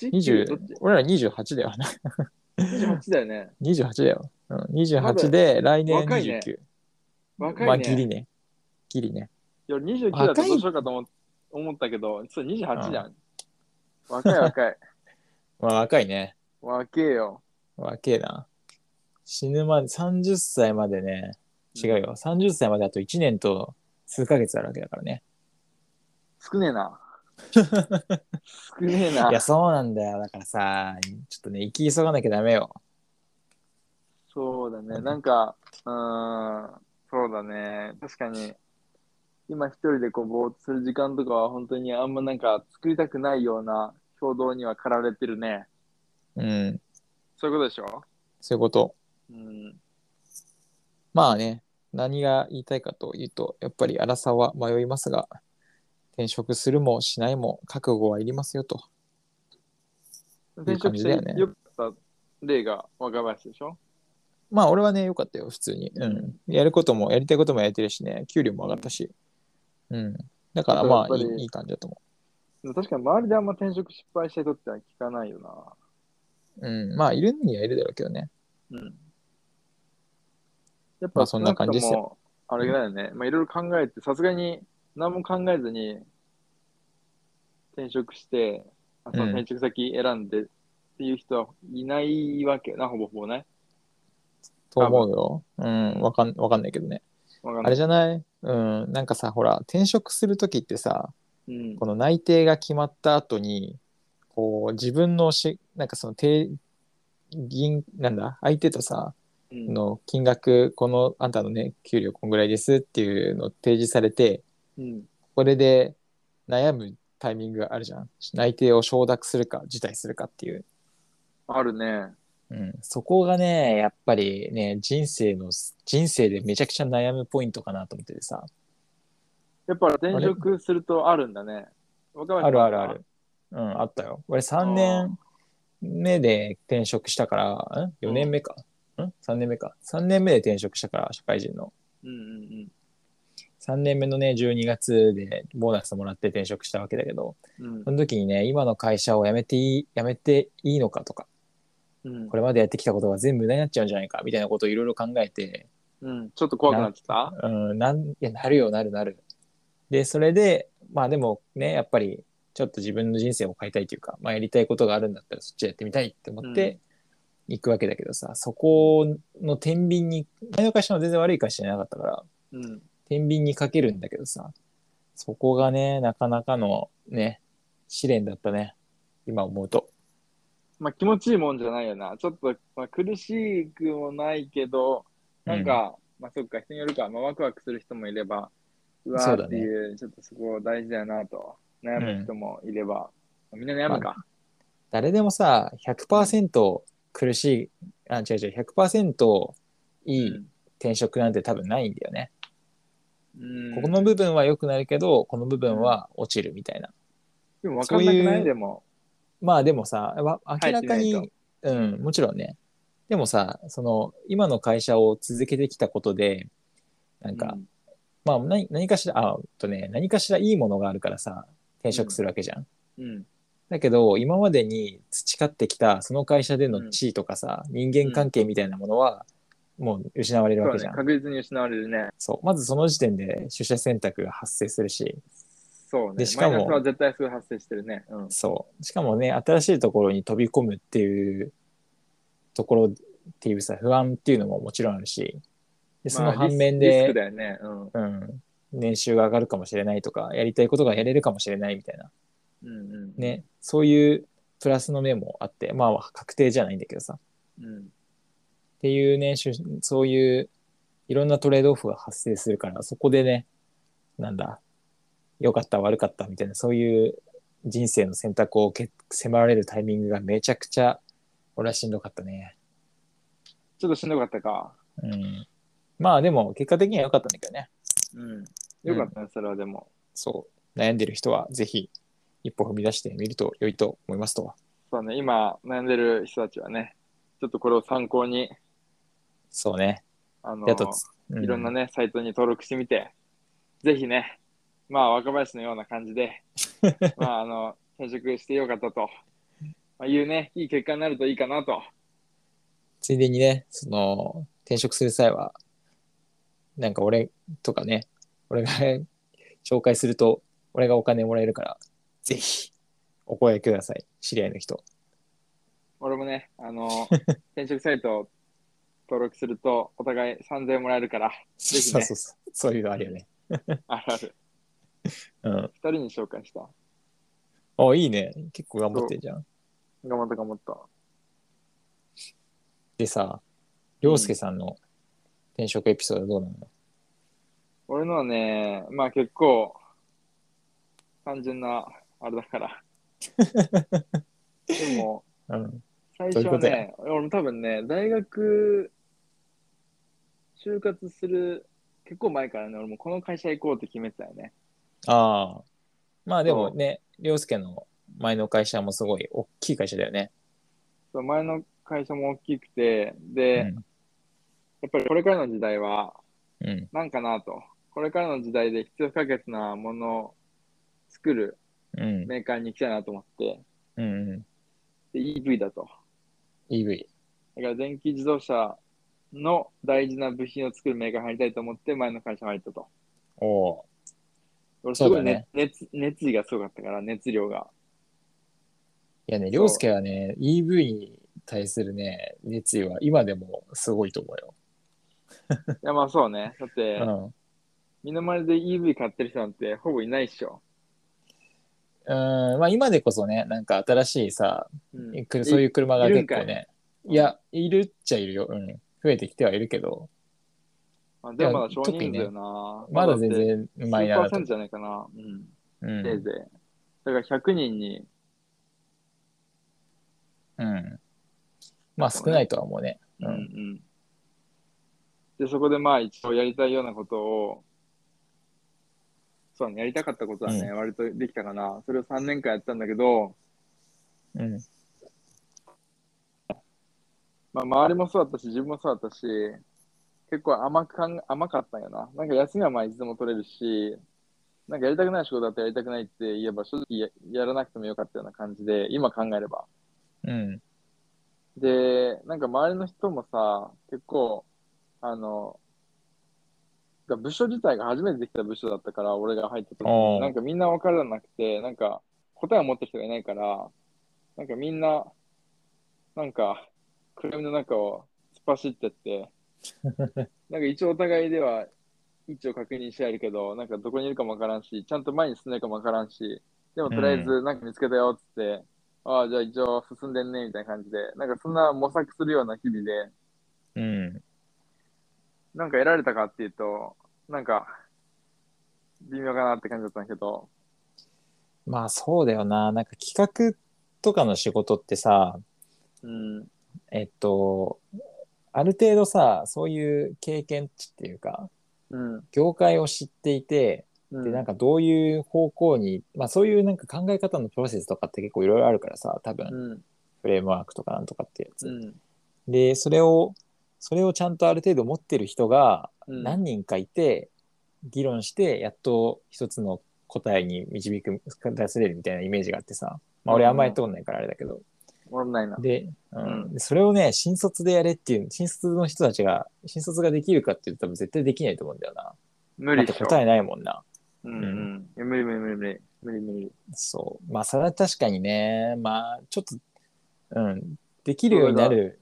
S1: 20
S2: 28? どっち
S1: 俺ら28だよな
S2: 28だよね。
S1: 28だよ、うん、
S2: ま
S1: 28
S2: だ
S1: で来年29
S2: 若いね若いね。
S1: まあギリねギリね
S2: いや、29だと
S1: 若い
S2: どうしようかと思思ったけど、それ28じゃん。若い若い。
S1: まあ若いね
S2: 若えよ。
S1: 若えな。死ぬまで、30歳までね、違うよ。30歳まであと1年と数ヶ月あるわけだからね。
S2: 少ねえな。少ねえ
S1: いや、
S2: な。
S1: そうなんだよ。だからさ、ちょっとね、生き急がなきゃダメよ。
S2: そうだね。なんか、うーん、そうだね。確かに、今一人でこう、ぼーっとする時間とかは本当にあんまなんか作りたくないような衝動には駆られてるね。
S1: うん。
S2: そういうことでしょ
S1: そういうこと。
S2: うん。
S1: まあね、何が言いたいかというと、やっぱり荒さは迷いますが、転職するもしないも覚悟はいりますよと。
S2: 転職し
S1: いい感じだよね
S2: てよかった例が若林でしょ
S1: まあ俺はね、良かったよ、普通に。うん。やることも、やりたいこともやれてるしね、給料も上がったし。うん。だからまあ、い
S2: やっぱり
S1: いいい感じだと思う。
S2: 確かに周りであんま転職失敗した人っては聞かないよ
S1: うん。まあ、いるにはいるだろうけどね。
S2: な。うん。やっ
S1: ま
S2: ぱ
S1: あそんな感じです
S2: よ。あれだよね。まあいろいろ考えて、さすがに何も考えずに転職して、あその転職先選んでっていう人はいないわけよな、ほぼほぼね。
S1: と思うよ。うん、わかんわかんないけどね。
S2: わかん
S1: あ
S2: な
S1: れ
S2: い。
S1: じゃないうん、なんかさ、ほら、転職するときってさ、
S2: うん
S1: この内定が決まった後に、こう、自分のし、なんかその、定銀、なんだ、相手とさ、
S2: うん。
S1: の金額、この、あんたのね、給料こんぐらいですっていうのを提示されて、
S2: うん。
S1: これで悩むタイミングがあるじゃん。内定を承諾するか、辞退するかっていう。
S2: あるね。
S1: うん、そこがね、やっぱりね、人生の、人生でめちゃくちゃ悩むポイントかなと思っててさ。
S2: やっぱ転職するとあるんだね。若林
S1: あるあるある。。うん、あったよ。俺3年目で転職したから、ん ?4 年目か。ん ?3 年目か。3年目で転職したから、社会人の。
S2: うんうんうん。
S1: 3年目のね、12月でボーナスもらって転職したわけだけど、
S2: うん
S1: その時にね、今の会社を辞めていい、辞めていいのかとか、
S2: うん
S1: これまでやってきたことが全部無駄になっちゃうんじゃないか、みたいなことをいろいろ考えて、
S2: うん、ちょっと怖くなってた
S1: うん、なんいやなるよなるなる。でそれでまあでもねやっぱりちょっと自分の人生を変えたいというか、まあ、やりたいことがあるんだったらそっちやってみたいって思って行くわけだけどさ、そこの天秤に前の会社も全然悪い会社じゃなかったから
S2: うん。
S1: 天秤にかけるんだけどさそこがねなかなかのね試練だったね今思うと。
S2: まあ気持ちいいもんじゃないよな。ちょっと、まあ、苦しくもないけど、なんか、まあそっか、人によるか、まあ、ワクワクする人もいれば、うわ
S1: そう
S2: ー
S1: だ
S2: って
S1: ね
S2: いう、ちょっとそこ大事だよなと、悩む人もいれば、まあみんな悩むか。
S1: 誰でもさ100%苦しいあ違う違う100%いい転職なんて多分ないんだよね。
S2: うん。
S1: ここの部分は良くなるけど、この部分は落ちるみたいな。
S2: でも分かんなく
S1: そう
S2: ないいうでも。
S1: まあでもさ、わ明らか
S2: 入っ
S1: に、うん、もちろんね。でもさ、その、今の会社を続けてきたことで、なんか、
S2: うん
S1: まあ何何かしら、あ、えっとね、何かしらいいものがあるからさ、転職するわけじゃん。
S2: うん。
S1: だけど、今までに培ってきた、その会社での地位とかさ、人間関係みたいなものは、もう失われる
S2: そ
S1: わ
S2: う
S1: けじ
S2: ね
S1: ゃん。
S2: 確実に失われるね
S1: そう。まずその時点で取捨選択が発生するし、
S2: そうね
S1: でし
S2: マ
S1: か
S2: イ
S1: も
S2: ナスは絶対すぐ発生してるねうん
S1: そう。しかもね、新しいところに飛び込むっていうところっていうさ、不安っていうのももちろんあるし、でその
S2: まあ
S1: 反
S2: リス
S1: 面
S2: リス
S1: で
S2: ク、だよねうん
S1: うん、年収が上がるかもしれないとか、やりたいことがやれるかもしれないみたいな、
S2: うんうん
S1: ね、そういうプラスの面もあって、まあ確定じゃないんだけどさ、
S2: うん
S1: っていうね、しゅそういういろんなトレードオフが発生するから、そこでね、なんだ、良かった悪かったみたいな、そういう人生の選択をけ迫られるタイミングがめちゃくちゃ、俺はしんどかったね。
S2: ちょっとしんどかったか
S1: うん。まあでも、結果的には良かったんだけどね。
S2: うんよかったねそれはでも
S1: そう。悩んでる人は、ぜひ、一歩踏み出してみると良いと思いますとは。
S2: そうね今悩んでる人たちはねちょっとこれを参考に
S1: そうね。
S2: あの
S1: で、あと、つう
S2: いろんなね、サイトに登録してみて、ぜひね、まあ、若林のような感じで、まあ、あの、転職してよかったと、まあ、いうね、いい結果になるといいかなと。
S1: ついでにね、その、転職する際は、なんか俺とかね、俺が紹介すると、俺がお金もらえるから、ぜひ、お声ください。知り合いの人。
S2: 俺もね、あの、転職サイト登録すると、お互い3000円もらえるから、ぜひ
S1: そう
S2: ね
S1: そうそう。そういうのあるよね。
S2: あるある。
S1: うん。
S2: 2人に紹介した。
S1: あ、いいね。結構頑張ってるじゃん。
S2: 頑張った頑張った。
S1: でさ、りょうすけさんの転職エピソードどうなの、
S2: 俺のはね、まあ結構、単純な、あれ だから。でも、
S1: うん、
S2: 最初
S1: どうい
S2: は
S1: うことや
S2: ね、俺も多分ね、大学、就活する、結構前からね、俺もこの会社行こうって決めてたよね。
S1: ああ。まあでも
S2: そ
S1: ね、りょうすけの前の会社もすごい大きい会社だよね。
S2: そう前の会社も大きくて、で、
S1: う
S2: や
S1: ん。
S2: っぱりこれからの時代は、
S1: うん。
S2: なんかなと。これからの時代で必要不可欠なものを作る
S1: うん。
S2: メーカーに行きたいなと思って、
S1: うんう
S2: で EV だと。
S1: ん。EV。
S2: だから電気自動車の大事な部品を作るメーカーに入りたいと思って、前の会社に入ったと。
S1: おおー。
S2: 俺すご
S1: そ
S2: いう
S1: だね
S2: 熱熱意がすごかったから、熱量が。
S1: いやね、凌介はね、EV に対するね、熱意は今でもすごいと思うよ。
S2: いやまあそうね。だって、
S1: うん
S2: 身の回りで EV 買ってる人なんてほぼいないっしょ。
S1: うん、まあ今でこそね、なんか新しいさ、
S2: うん、。
S1: くるそういうう車が
S2: いる
S1: 結
S2: んかい
S1: 構ね、いや、いるっちゃいるよ。うん。増えてきてはいるけど、
S2: まあ、でもまだ
S1: い
S2: 少
S1: や
S2: 人数だよな。
S1: まだ全然マイナーだと
S2: 数パーセントじゃないかな。うん。
S1: う
S2: せい
S1: ん。
S2: ぜい。だから100人に、
S1: うん。まあ少ないとは思うね。
S2: う
S1: うんん
S2: うん。で、そこでまあ一応やりたいようなことを、そうね、やりたかったことはね、
S1: う
S2: 割とできたかな。それを3年間やったんだけど、
S1: うん。
S2: まあ周りもそうだったし、自分もそうだったし、結構甘くかん甘かったんよな。なんか休みはまあいつでも取れるし、なんかやりたくない仕事だったらやりたくないって言えば、正直ややらなくてもよかったような感じで、今考えれば。
S1: うん。
S2: で、なんか周りの人もさ、結構、あの、だ部署自体が初めてできた部署だったから、俺が入った時
S1: お
S2: に、
S1: う
S2: なんかみんな分からなくて、なんか答えを持ってる人がいないから、なんかみんな、なんか暗闇の中を突っ走って って、なんか一応お互いでは位置を確認し合えるけど、なんかどこにいるかも分からんし、ちゃんと前に進んでるかも分からんし、でもとりあえずなんか見つけたよっつって、ああ、じゃあ一応進んでんね、みたいな感じで、なんかそんな模索するような日々で、
S1: うん。
S2: なんか得られたかっていうと、なんか、微妙かなって感じだったんだけど、
S1: まあそうだよな。なんか企画とかの仕事ってさ、
S2: うん、
S1: えっと、ある程度さ、そういう経験値っていうか、
S2: うん、
S1: 業界を知っていて、
S2: うん、
S1: でなん
S2: か、
S1: かどういう方向に、まあ、そういうなんか考え方のプロセスとかって結構いろいろあるからさ多
S2: う
S1: 分
S2: ん、
S1: フレームワークとかなんとかってやつ、
S2: うん、
S1: でそれをそれをちゃんとある程度持ってる人が
S2: うん
S1: 何人かいて、議論してやっと一つの答えに導く出せれるみたいなイメージがあってさ、まあ、俺あんまり通んないからあれだけど、
S2: わかんないな。
S1: で、うん
S2: うん
S1: でそれをね、新卒でやれっていう、新卒の人たちが、新卒ができるかって言うと多分絶対できないと思うんだよな。
S2: 無
S1: だ
S2: 理
S1: っ
S2: で
S1: て
S2: しょ。
S1: 答えないもんな。
S2: うんうん。いや無理無理無理無理。無理無理。
S1: そう。まあ、それは確かにね、まあ、ちょっと、うん、できるようになる、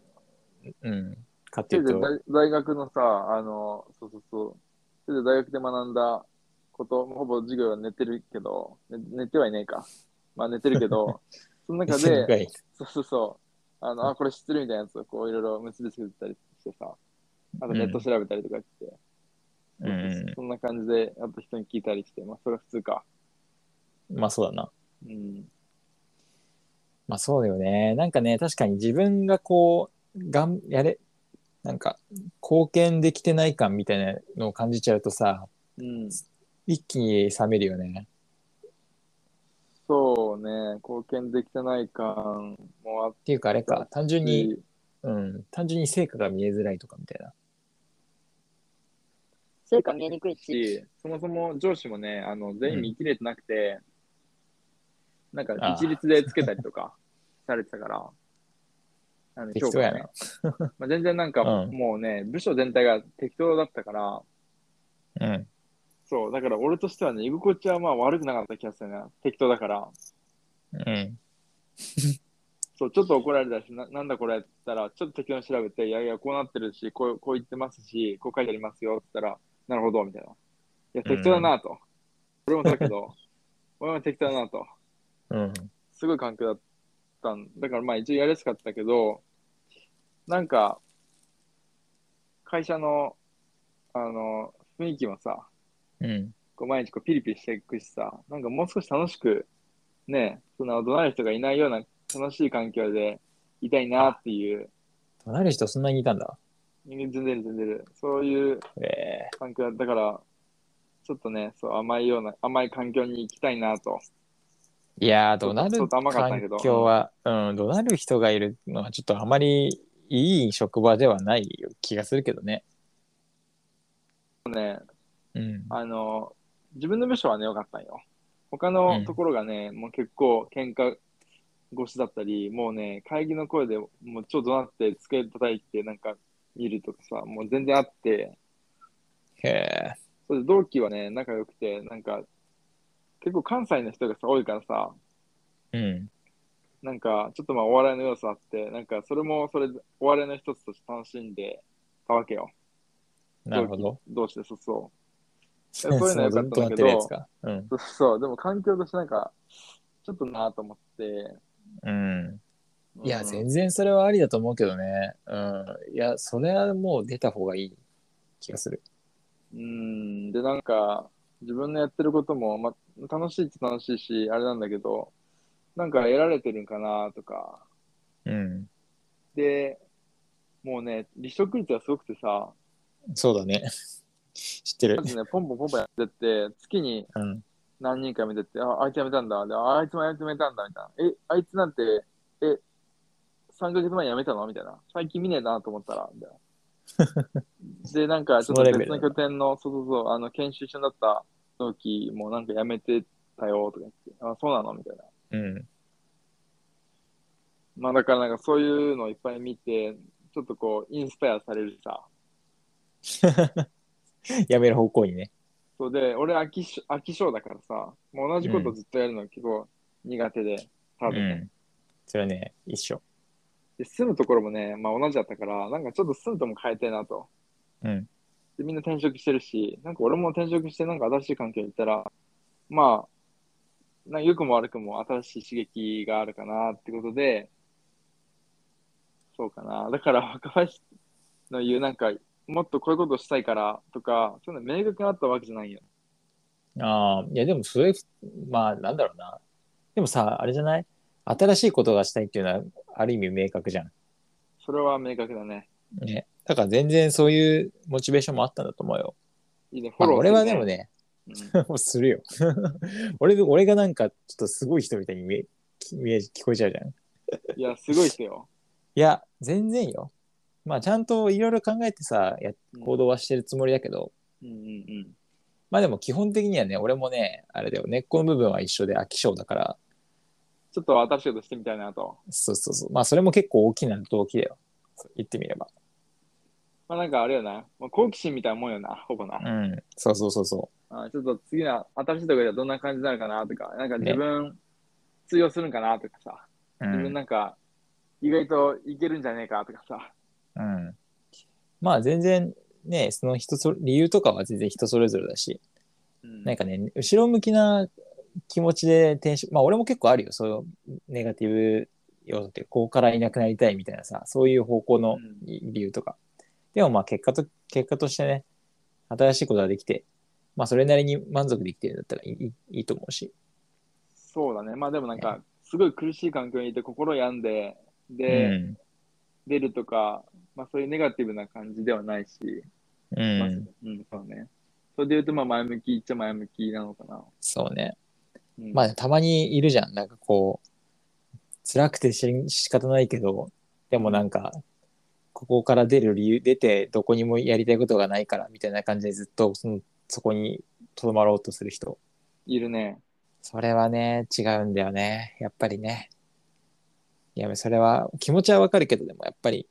S1: うん、かっていうと、
S2: 大大学のさ、あの、そうそうそう。それで大学で学んだこと、ほぼ授業は寝てるけど、ね寝てはいないか。まあ寝てる けど、その中
S1: 一緒に行
S2: で
S1: く、がいい
S2: そうそうそう。あの、あ、これ知ってるみたいなやつをこういろいろ結びつけてたりしてさ、あとネット調べたりとかして、
S1: う、
S2: そうんそんな感じで、あと人に聞いたりして、まあそれは普通か。
S1: まあそうだな。
S2: うん。
S1: まあそうだよね。なんかね、確かに自分がこう、がん、やれ、なんか、貢献できてない感みたいなのを感じちゃうとさ、
S2: うん。
S1: 一気に冷めるよね。
S2: そうね、貢献できてない感もあっ
S1: っていうかあれか、単純
S2: て
S1: に、、うん、単純に成果が見えづらいとかみたいな。
S3: 成果見えにくいし、
S2: し、そもそも上司もね、あの全員見切れてなくて、なんか
S1: ああ
S2: 一律でつけたりとかされてたから、あの
S1: 適当
S2: 評価
S1: や
S2: ね
S1: な。
S2: まあ、全然なんか、
S1: うん
S2: もうね、部署全体が適当だったから、
S1: うん。
S2: そう、だから俺としてはね、居心地はまあ悪くなかった気がするな、適当だから。
S1: うん。
S2: そう、ちょっと怒られたし、ななんだこれって言ったら、ちょっと適当に調べて、いやいや、こうなってるし、こうこう言ってますし、こう書いてありますよって言ったら、なるほど、みたいな。いや、適当だなと。俺もそうだけど、俺も適当だなと。
S1: うん。
S2: すごい環境だったんだからまあ一応やりやすかったけど、なんか、会社の、あの、雰囲気もさ、
S1: うん。
S2: こう毎日こうピリピリしていくしさ、なんかもう少し楽しく、ね、そんな怒鳴る人がいないような楽しい環境でいたいなっていう、
S1: 怒鳴る人そんなにいたんだ。
S2: 全然全然、そういう
S1: ええ
S2: 環境だったから、ちょっとね、そう甘いような、甘い環境に行きたいなと。
S1: いやー、怒鳴
S2: ちょ
S1: る
S2: っと甘かった
S1: 環
S2: けど
S1: 境は、うん、怒鳴る人がいるのはちょっとあまりいい職場ではない気がするけどね。
S2: ね、
S1: うん。
S2: あの、自分の部署はね、良かったんよ。他のところがね、もう結構喧嘩越しだったり、もうね、会議の声でもう超怒鳴って机叩いてなんか見るとかさ、もう全然あって、
S1: へえ。
S2: それで同期はね、仲良くて、なんか、結構関西の人がさ、多いからさ、
S1: うん。
S2: なんか、ちょっとまあお笑いの要素あって、なんかそれもそれ、お笑いの一つとして楽しんでたわけよ。
S1: なるほど。
S2: 同期同士で、そうそう。
S1: そ
S2: そういうのは良
S1: ず
S2: かった
S1: っ
S2: ん
S1: と
S2: だ
S1: なっ
S2: けど
S1: てるやつか。うん。
S2: そうそう、でも環境としてなんか、ちょっとなぁと思って、
S1: うん。いや、
S2: うん
S1: 全然それはありだと思うけどね。うん。いや、それはもう出た方がいい気がする。
S2: うん、で、なんか、自分のやってることも、ま、楽しいって楽しいし、あれなんだけど、なんか得られてるんかなとか、
S1: うん。
S2: で、もうね、離職率がすごくてさ、
S1: そうだね。 知ってる
S2: ま。ずね、ポンポンポンポンやってって、月に
S1: うん。
S2: 何人か見てって、あ、あいつ辞めたんだ、で、ああいつも辞めたんだ、みたいな。え、あいつなんて、え、3ヶ月前辞めたのみたいな。最近見ねえなと思ったら、みたいな。 で、なんか、ちょっ
S1: その
S2: と
S1: レベ
S2: 別
S1: ルな
S2: の
S1: んだ
S2: 拠点の、そうそうそう、あの、研修一緒になった同期もなんか辞めてたよ、とか言って、あ、そうなのみたいな。
S1: うん。
S2: まあ、だからなんかそういうのをいっぱい見て、ちょっとこう、インスパイアされるさ。
S1: やめる方向にね。
S2: そうで、俺飽きし、飽き性だからさ、もう同じことずっとやるの結構苦手で、多
S1: う
S2: 分ね。
S1: ん。それはね、一緒。
S2: で住むところもね、まあ、同じだったから、なんかちょっと住むとも変えたいなと。
S1: うん。
S2: で、みんな転職してるし、なんか俺も転職して、なんか新しい環境に行ったら、まあ、なんか良くも悪くも新しい刺激があるかなってことで、そうかな。だから若林の言う、なんか、もっとこういうことしたいからとか、そういうの明確にあったわけじゃないよ。
S1: ああ、いやでもそれ、まあなんだろうな。でもさ、あれじゃない新しいことがしたいっていうのはある意味明確じゃん。
S2: それは明確だね。
S1: ね。だから全然そういうモチベーションもあったんだと思うよ。
S2: いいね、フ
S1: ま
S2: ォ
S1: あ
S2: ロー
S1: 俺は
S2: す
S1: で
S2: る
S1: もね、
S2: うん
S1: もうするよ。 俺、俺がなんかちょっとすごい人みたいに見え、見え、聞こえちゃうじゃん。い
S2: いや、すごい 人よ。
S1: や、全然よ。まあちゃんといろいろ考えてさ、や
S2: うん
S1: 行動はしてるつもりだけど、
S2: うんうんうん。
S1: まあでも基本的にはね、俺もね、あれだよ、根っこの部分は一緒で飽き性だから、
S2: ちょっと新しいことしてみたいなと。
S1: そうそうそう。まあ、それも結構大きな動機だよ。そう言ってみれば。
S2: まあなんかあれよな、まあ、好奇心みたいなもんよな、ほぼな。
S1: うん。そうそうそうそ
S2: あちょっと次の新しいところではどんな感じになるかなとか、なんか自分通用するんかなとかさ、
S1: う。う
S2: 自分
S1: ん。
S2: なんか意外といけるんじゃねえかとかさ、
S1: うん、まあ、全然ね、その人それ理由とかは全然人それぞれだし、
S2: うん
S1: なんかね、後ろ向きな気持ちで転職、まあ俺も結構あるよ、そういうネガティブ要素っていうか、ここからいなくなりたいみたいなさ、そういう方向の
S2: うん
S1: 理由とか。でもまあ結果と、結果としてね、新しいことができて、まあそれなりに満足できてるんだったらいいいいと思うし。
S2: そうだね、まあでもなんかすごい苦しい環境にいて心病んで、で、
S1: うん。
S2: 出るとか、まあそういうネガティブな感じではないし、
S1: う
S2: まあ
S1: ん。
S2: うん、そうね。それで言うとまあ前向きっちゃ前向きなのかな。
S1: そうね。
S2: うん、
S1: まあたまにいるじゃん。なんかこう、辛くてし仕方ないけど、でもなんか、ここから出る理由、出てどこにもやりたいことがないからみたいな感じでずっとそのそこにとどまろうとする人。
S2: いるね。
S1: それはね、違うんだよね。やっぱりね。いや、それは気持ちはわかるけど、でもやっぱり、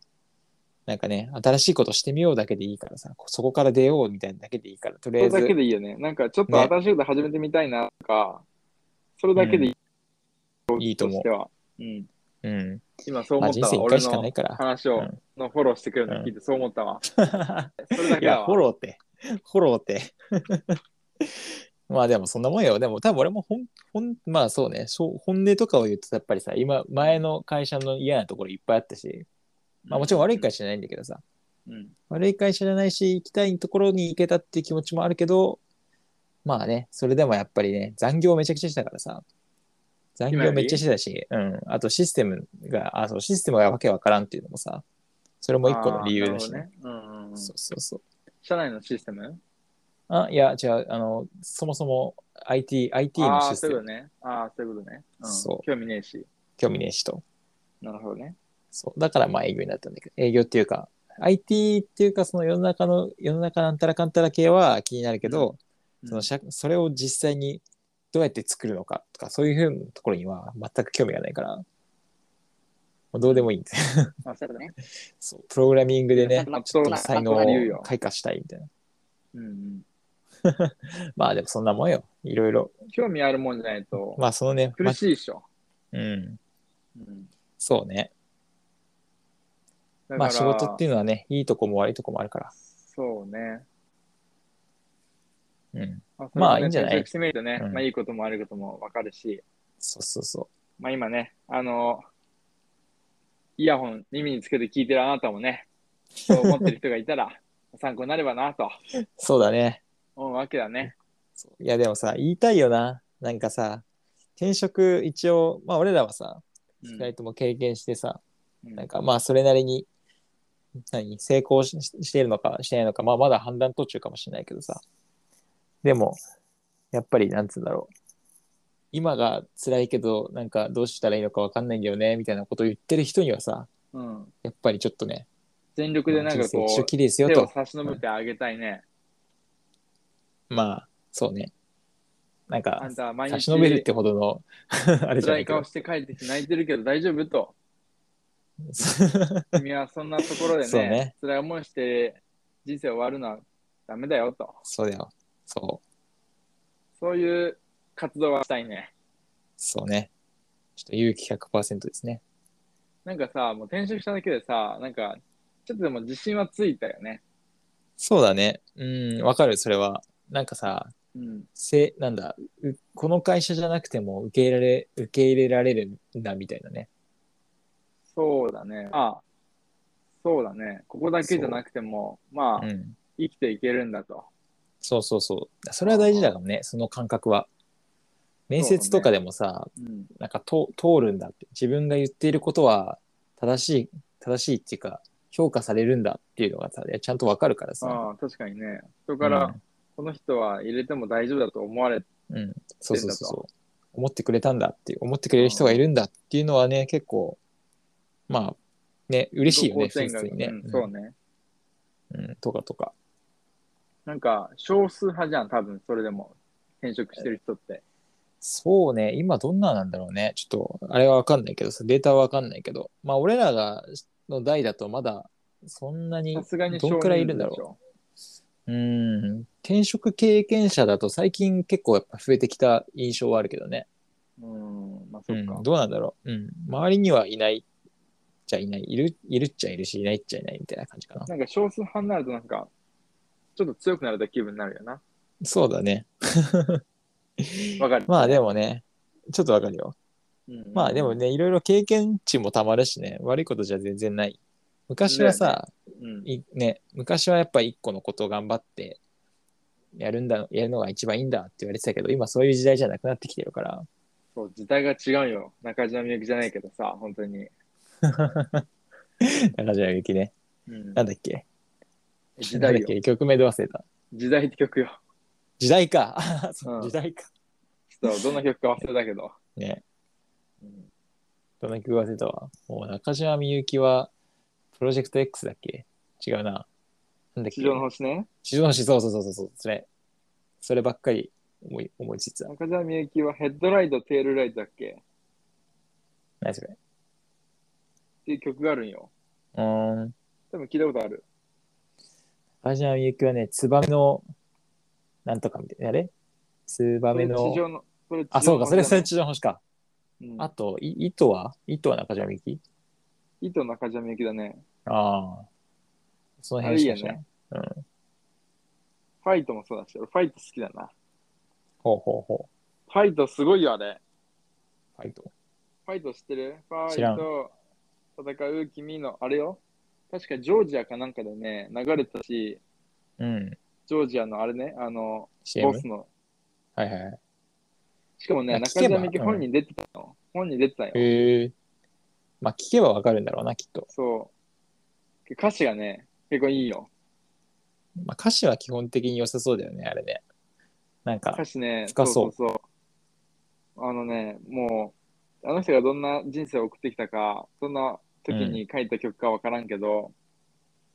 S1: なんかね、新しいことしてみようだけでいいからさ、そこから出ようみたいなだけでいいから、とりあ
S2: そ
S1: え
S2: れ
S1: ず。
S2: だけでいいよね。なんかちょっと
S1: ね
S2: 新しいこと始めてみたいなとか、それだけでいい。
S1: いいと思う
S2: 動機しては。うん。
S1: うん。
S2: 今そう
S1: ま
S2: 思
S1: あ
S2: った
S1: 人
S2: わ。
S1: 生一
S2: 俺
S1: 回しかない
S2: の
S1: から。
S2: 話を、
S1: うん
S2: のフォローしてくれるの聞いてそう思った わ。それだ
S1: い
S2: けだ
S1: や、フォ
S2: わ。
S1: ローって、フォローって。 まあでもそんなもんよ。でも多分俺も本、本、まあそうね、そう本音とかを言うとやっぱりさ、今、前の会社の嫌なところいっぱいあったし、まあもちろん悪い会社じゃないんだけどさ、
S2: うん。
S1: 悪い会社じゃないし、行きたいところに行けたっていう気持ちもあるけど、まあね、それでもやっぱりね、残業めちゃくちゃしてたからさ、残業めっちゃしてたし、うん、あとシステムが、あ、そう、システムがわけわからんっていうのもさ、それも一個の理由だし
S2: あーな
S1: ね。
S2: るほどね。うんうんうん。
S1: そうそうそう。
S2: 社内のシステム
S1: あ、いや、違う、あの、そもそも IT、IT の
S2: ああー、
S1: シス
S2: そう
S1: テ
S2: いうこ
S1: ム、
S2: とね。ああ、そういうことね。ん
S1: そう
S2: 興味ねえし。
S1: 興味ねえしと。
S2: なるほどね。
S1: そう。だからまあ営業になったんだけど、営業っていうか、IT っていうか、その世の中の、世の中なんたらかんたら系は気になるけど、その社それを実際にどうやって作るのかとか、そういうふうなところには全く興味がないから、もうどうでもいいんで、
S2: あそういうことね。
S1: そうプログラミングでね、
S2: まあ
S1: ちょっと才能を
S2: まあ理由よ
S1: 開花したいみたいな。
S2: うんうん。
S1: まあでもそんなもんよ。いろいろ。
S2: 興味あるもんじゃないと、
S1: まあそのね、
S2: 苦しいでしょ。
S1: まうん。
S2: うん。
S1: そうね。
S2: だから
S1: まあ仕事っていうのはね、いいとこも悪いとこもあるから。
S2: そうね。
S1: うん。
S2: ま
S1: まあいいんじゃない
S2: 決めるとね、
S1: うん
S2: まあいいことも悪いこともわかるし、
S1: そうそうそ
S2: まあ今ね、あの、イヤホン耳につけて聞いてるあなた もね、そう思ってる人がいたら、参考になればなと
S1: う。そうだね。
S2: 思うわけだね。
S1: そういやでもさ、言いたいよな。なんかさ、転職一応、まあ俺らはさ、
S2: う
S1: 二
S2: ん
S1: 人とも経験してさ、
S2: うん
S1: なんかまあそれなりに、何、成功ししているのかしてないのか、まあまだ判断途中かもしれないけどさ。でも、やっぱりなんつうんだろう。今が辛いけど、なんかどうしたらいいのかわかんないんだよね、みたいなことを言ってる人にはさ、
S2: うん
S1: やっぱりちょっとね、
S2: 全力でなんか
S1: 人生
S2: こ
S1: 一緒
S2: う、
S1: きりですよ
S2: 手
S1: と
S2: を。差し伸べてあげたいね。
S1: まあ、そうね。なん
S2: あ
S1: か
S2: ん、たは毎
S1: 差し
S2: 日
S1: 伸べるってほどの、 あれじゃ
S2: 辛
S1: ない
S2: い
S1: けど
S2: 顔。して帰ってきて泣いてるけど大丈夫と。君はそんなところで
S1: そう
S2: ね、
S1: ね
S2: 辛い思いして人生終わるのはダメだよと。
S1: そうだよ。そう。
S2: そういう活動はしたいね。
S1: そうね。ちょっと勇気100%ですね。
S2: なんかさ、もう転職しただけでさ、なんか、ちょっとでも自信はついたよね。
S1: そうだね。うん、わかる、それは。なんかさ、
S2: うん。
S1: せ、なんだ、うこの会社じゃなくても受け入れられ、受け入れられるんだみたいなね。
S2: そうだね。あそうだね。ここだけじゃなくても、まあ、
S1: うん。
S2: 生きていけるんだと。
S1: そうそうそう。それは大事だからね、その感覚は。面接とかでもさ、
S2: うん。
S1: なんかと通るんだって自分が言っていることは正しい正しいっていうか評価されるんだっていうのがさいやちゃんとわかるからさ
S2: ああ、確かにね。人から、この人は入れても大丈夫だと思われて、
S1: うん、うんそうそうそうそう思ってくれたんだっていう思ってくれる人がいるんだっていうのはね結構まあね嬉しいよね
S2: 自己
S1: 普
S2: 肯定感
S1: 通にね、
S2: うんそうね。
S1: うんうんとかとか
S2: なんか、少数派じゃん、多分、それでも。転職してる人って。
S1: そうね、今どんななんだろうね。ちょっと、あれはわかんないけどさ、データはわかんないけど、まあ、俺らがの代だとまだ、そんなに
S2: さ、すがに
S1: どんくらいいるんだろう
S2: 少人数でしょ
S1: うーん、転職経験者だと最近結構やっぱ増えてきた印象はあるけどね。
S2: うん、まあそっ
S1: うん
S2: か。、
S1: どうなんだろう。うん、周りにはいないじゃいない、いる、いるっちゃいるし、いないっちゃいないみたいな感じかな。
S2: なんか少数派になるとなんか、ちょっと強くなれた気分になるよな。
S1: そうだね。
S2: わかる。
S1: まあでもね、ちょっとわかるよ。
S2: うん
S1: まあでも、ね、いろいろ経験値もたまるしね、悪いことじゃ全然ない。昔はさ、
S2: うん、
S1: いね、昔はやっぱ一個のことを頑張ってやるんだやるのが一番いいんだって言われてたけど今そういう時代じゃなくなってきてるから
S2: そう、時代が違うよ。中島みゆきじゃないけどさ、本当に。
S1: 中島みゆきね
S2: うん
S1: なんだっけ
S2: 時
S1: なん
S2: 代
S1: だっ
S2: よ。
S1: け曲名で忘れた
S2: 時代って曲よ。
S1: 時代か そう
S2: うん
S1: 時代か
S2: ちょっとどんな曲か忘れた けど。
S1: ね
S2: うん
S1: どんな曲忘れたわもう中島みゆきはプロジェクト X だっけ違うななんだっけ
S2: 地上の星ね。
S1: 地上の星そうそうそうそうそうそれそればっかり思い思いついてた
S2: 中島みゆきはヘッドライト、テールライトだっけっ
S1: 何それ
S2: ていう曲があるんよ。
S1: うーん
S2: 多分聞いたことある。
S1: 中島みゆきはねツバメのなんとかみたいなあれツバメ
S2: それ
S1: の
S2: 地上の、それ地上
S1: あ、そうか、それ、
S2: の
S1: それ
S2: 星
S1: 地上の星か。
S2: なのうん
S1: あと、い糸は糸は中島みゆき
S2: 糸中島みゆきだね。
S1: ああ。その
S2: あれ
S1: 辺
S2: いい
S1: し
S2: よ
S1: か
S2: ね
S1: 知らない。
S2: ファイトもそうだし、俺ファイト好きだな。
S1: ほうほうほ
S2: ファイトすごいよ、あれ。
S1: う。はいと。
S2: ファイト知ってるファ
S1: 知ら
S2: イ
S1: ん
S2: ト、戦う君の、あれよ確かジョージアかなんかでね、流れてたし、
S1: うん。
S2: ジョージアのあれね、あの、
S1: CM?
S2: ボ
S1: はい
S2: スの。
S1: はいはい。
S2: しかも
S1: ま
S2: ね、
S1: あ
S2: 中
S1: 聞けば
S2: 島みゆき本人出てたの。本人出てたよ。
S1: へえ。まあ、聞けばわかるんだろうな、きっと。
S2: そう。歌詞がね、結構いいよ。
S1: まあ、歌詞は基本的に良さそうだよね、あれね。なんか
S2: 歌、詞ね、
S1: 深そう
S2: そうそう。あのね、もう、あの人がどんな人生を送ってきたか、どんな時に書いた曲かわからんけど、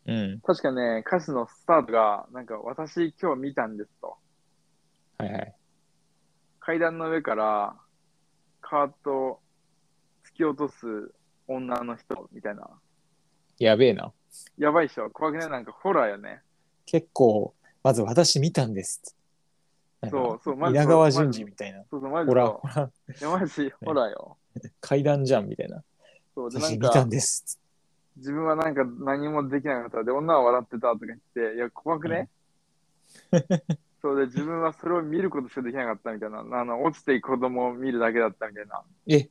S1: うん。
S2: 確かね、歌詞のスタートが、なんか、私今日見たんですと。
S1: はいはい。
S2: 階段の上から、カートを突き落とす女の人みたいな。
S1: やべえな。
S2: やばいっしょ。怖くないなんかホラーよね。
S1: 結構、まず私見たんです。なんか
S2: そうそうまず
S1: 稲川淳二みたいな。
S2: そうそう、マジ
S1: ほら、
S2: そ
S1: ほら、
S2: う。いや、マジホラーよ。
S1: 階段じゃん、みたいな。
S2: そう、で、な
S1: 私
S2: ん
S1: 見た
S2: か
S1: ん、です。
S2: 自分はなんか何もできなかった。で、女は笑ってたとか言って、いや、怖くね、そうで、自分はそれを見ることしかできなかったみたいな。あの、落ちていく子供を見るだけだったみたいな。
S1: え、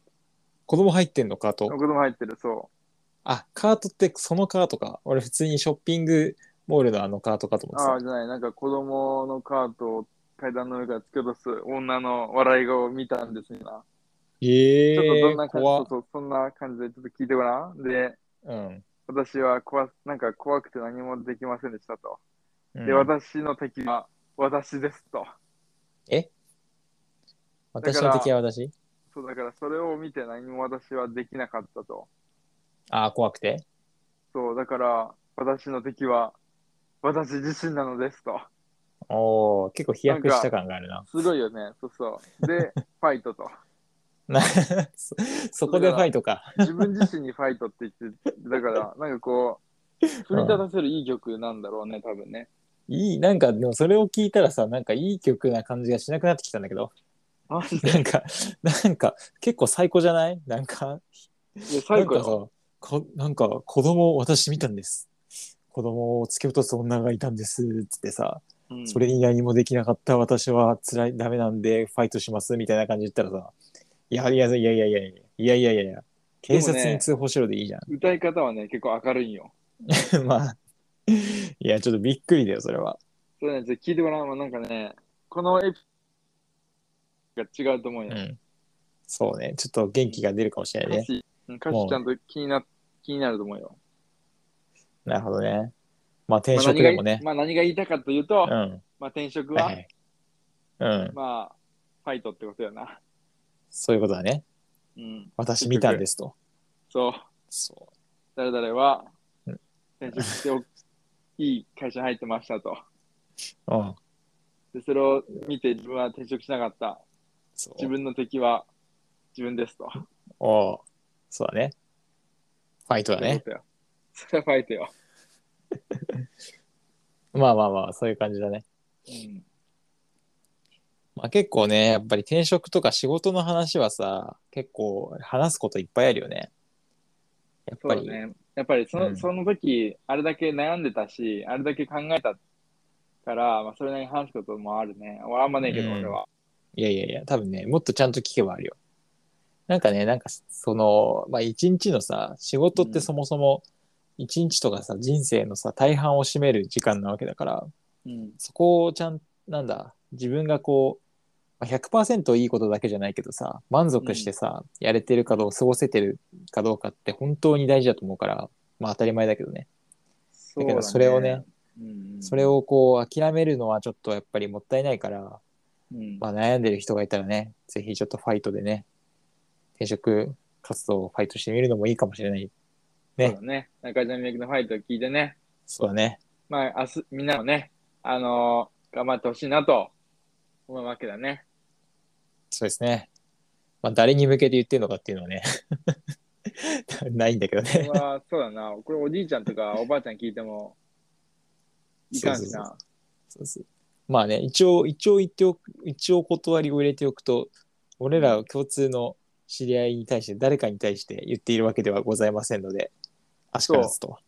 S1: 子供入ってんのかと
S2: 子。供入ってる、そう。
S1: あ、カートってそのカートか。俺普通にショッピングモールのあのカートかと思
S2: ああ、
S1: って
S2: じゃない、なんか子供のカートを階段の上から突き落とす女の笑い顔を見たんですよな。
S1: た。え
S2: ちょっと
S1: え
S2: どんな
S1: ー、
S2: 感じ、そ
S1: 怖
S2: うそうそんな感じでちょっと聞いてごらん。で、
S1: うん。
S2: 私は怖なんか怖くて何もできませんでしたと。
S1: うん
S2: で、私の敵は私ですと。
S1: え私の敵は私
S2: そうだからそれを見て何も私はできなかったと。
S1: ああ、怖くて
S2: そうだから私の敵は私自身なのですと。
S1: おお結構飛躍した感があるな。
S2: すごいよね、そうそう。で、ファイトと。
S1: な そそこでファイトか。
S2: 自分自身にファイトって言って、だ から、なんかこう、奮い立たせるいい曲なんだろうね、多分ね。
S1: いい、なんかでもそれを聞いたらさ、なんかいい曲な感じがしなくなってきたんだけど、
S2: マジで
S1: なんか、なんか結構最高じゃないなんか、
S2: いや
S1: な
S2: 最
S1: ん
S2: 後
S1: か
S2: よ。
S1: さ、こなんか子供を私見たんです。子供を突き落とす女がいたんですつってさ、
S2: うん
S1: それに何もできなかった私は辛いダメなんでファイトしますみたいな感じで言ったらさいやいやいやいやいやいやいやいやいやいや警察に通報しろでいいじゃん、
S2: 歌い方はね、結構明るいんよ。
S1: まあいやちょっとびっくりだよそれは
S2: それね、ちょっと聞いてごらん。もうなんかね、このエピソードが違うと思う
S1: う
S2: よ。
S1: んそうねちょっと元気が出るかもしれない
S2: 歌
S1: ね
S2: 詞、うん歌詞ちゃんと気にな気になると思うよ。
S1: なるほどねまあ転
S2: まあ
S1: 職
S2: 何が
S1: でもね、
S2: まあ何が言い たかというと、
S1: うん
S2: まあ転職
S1: はい
S2: は、
S1: はいうん
S2: まあ、ファイトってことよな。
S1: そういうことだね
S2: うん。
S1: 私見たんですと
S2: そう。
S1: そ
S2: 誰々は
S1: うん、
S2: 転職しておいい会社に入ってましたと。
S1: ううん
S2: で、それを見て自分は転職しなかった。
S1: そう
S2: 自分の敵は自分ですと。
S1: おうそうだね。ファイトだ
S2: そういう
S1: ね
S2: こ。とよ。それはファイトよ。
S1: まあまあまあ、そういう感じだね。
S2: うん。
S1: まあ結構ね、やっぱり転職とか仕事の話はさ、結構話すこといっぱいあるよね。やっ
S2: そ
S1: ぱ
S2: うだ
S1: り。
S2: ね。やっぱりその,、
S1: うん
S2: その時、あれだけ悩んでたし、あれだけ考えたから、まあ、それなりに話すこともあるね。俺あんまねえけど、
S1: うん
S2: 俺は。
S1: いやいやいや、多分ね、もっとちゃんと聞けばあるよ。なんかね、なんかその、まあ一日のさ、仕事っ
S2: う
S1: て
S2: ん
S1: そもそも一日とかさ、人生のさ、大半を占める時間なわけだから、
S2: うん。
S1: そこをちゃん、なんだ、自分がこう、まあ100%いいことだけじゃないけどさ、満足してさ、やれてるかどうか、過ごせてるかどうかって本当に大事だと思うから、まあ当たり前だけどね。
S2: そ
S1: だけどそれをね、
S2: うん、
S1: それ、をこう、諦めるのはちょっとやっぱりもったいないから、
S2: うん、
S1: まあ、悩んでる人がいたらね、ぜひちょっとファイトでね、転職活動をファイトしてみるのもいいかもしれない。ね
S2: そうだね。中島みゆきのファイトを聞いてね、
S1: そうだね。
S2: まあ、明日、みんなもね、あのー頑張ってほしいなと思うわけ だね。
S1: そうですね。まあ、誰に向けて言ってるのかっていうのはね、 ないんだけど
S2: これ
S1: ね。
S2: は、そうだな。これおじいちゃんとかおばあちゃん聞いても、いかんしな。
S1: そうそうまあね、一応、一応言っておく、一応お断りを入れておくと、俺らは共通の知り合いに対して、誰かに対して言っているわけではございませんので、足からずと。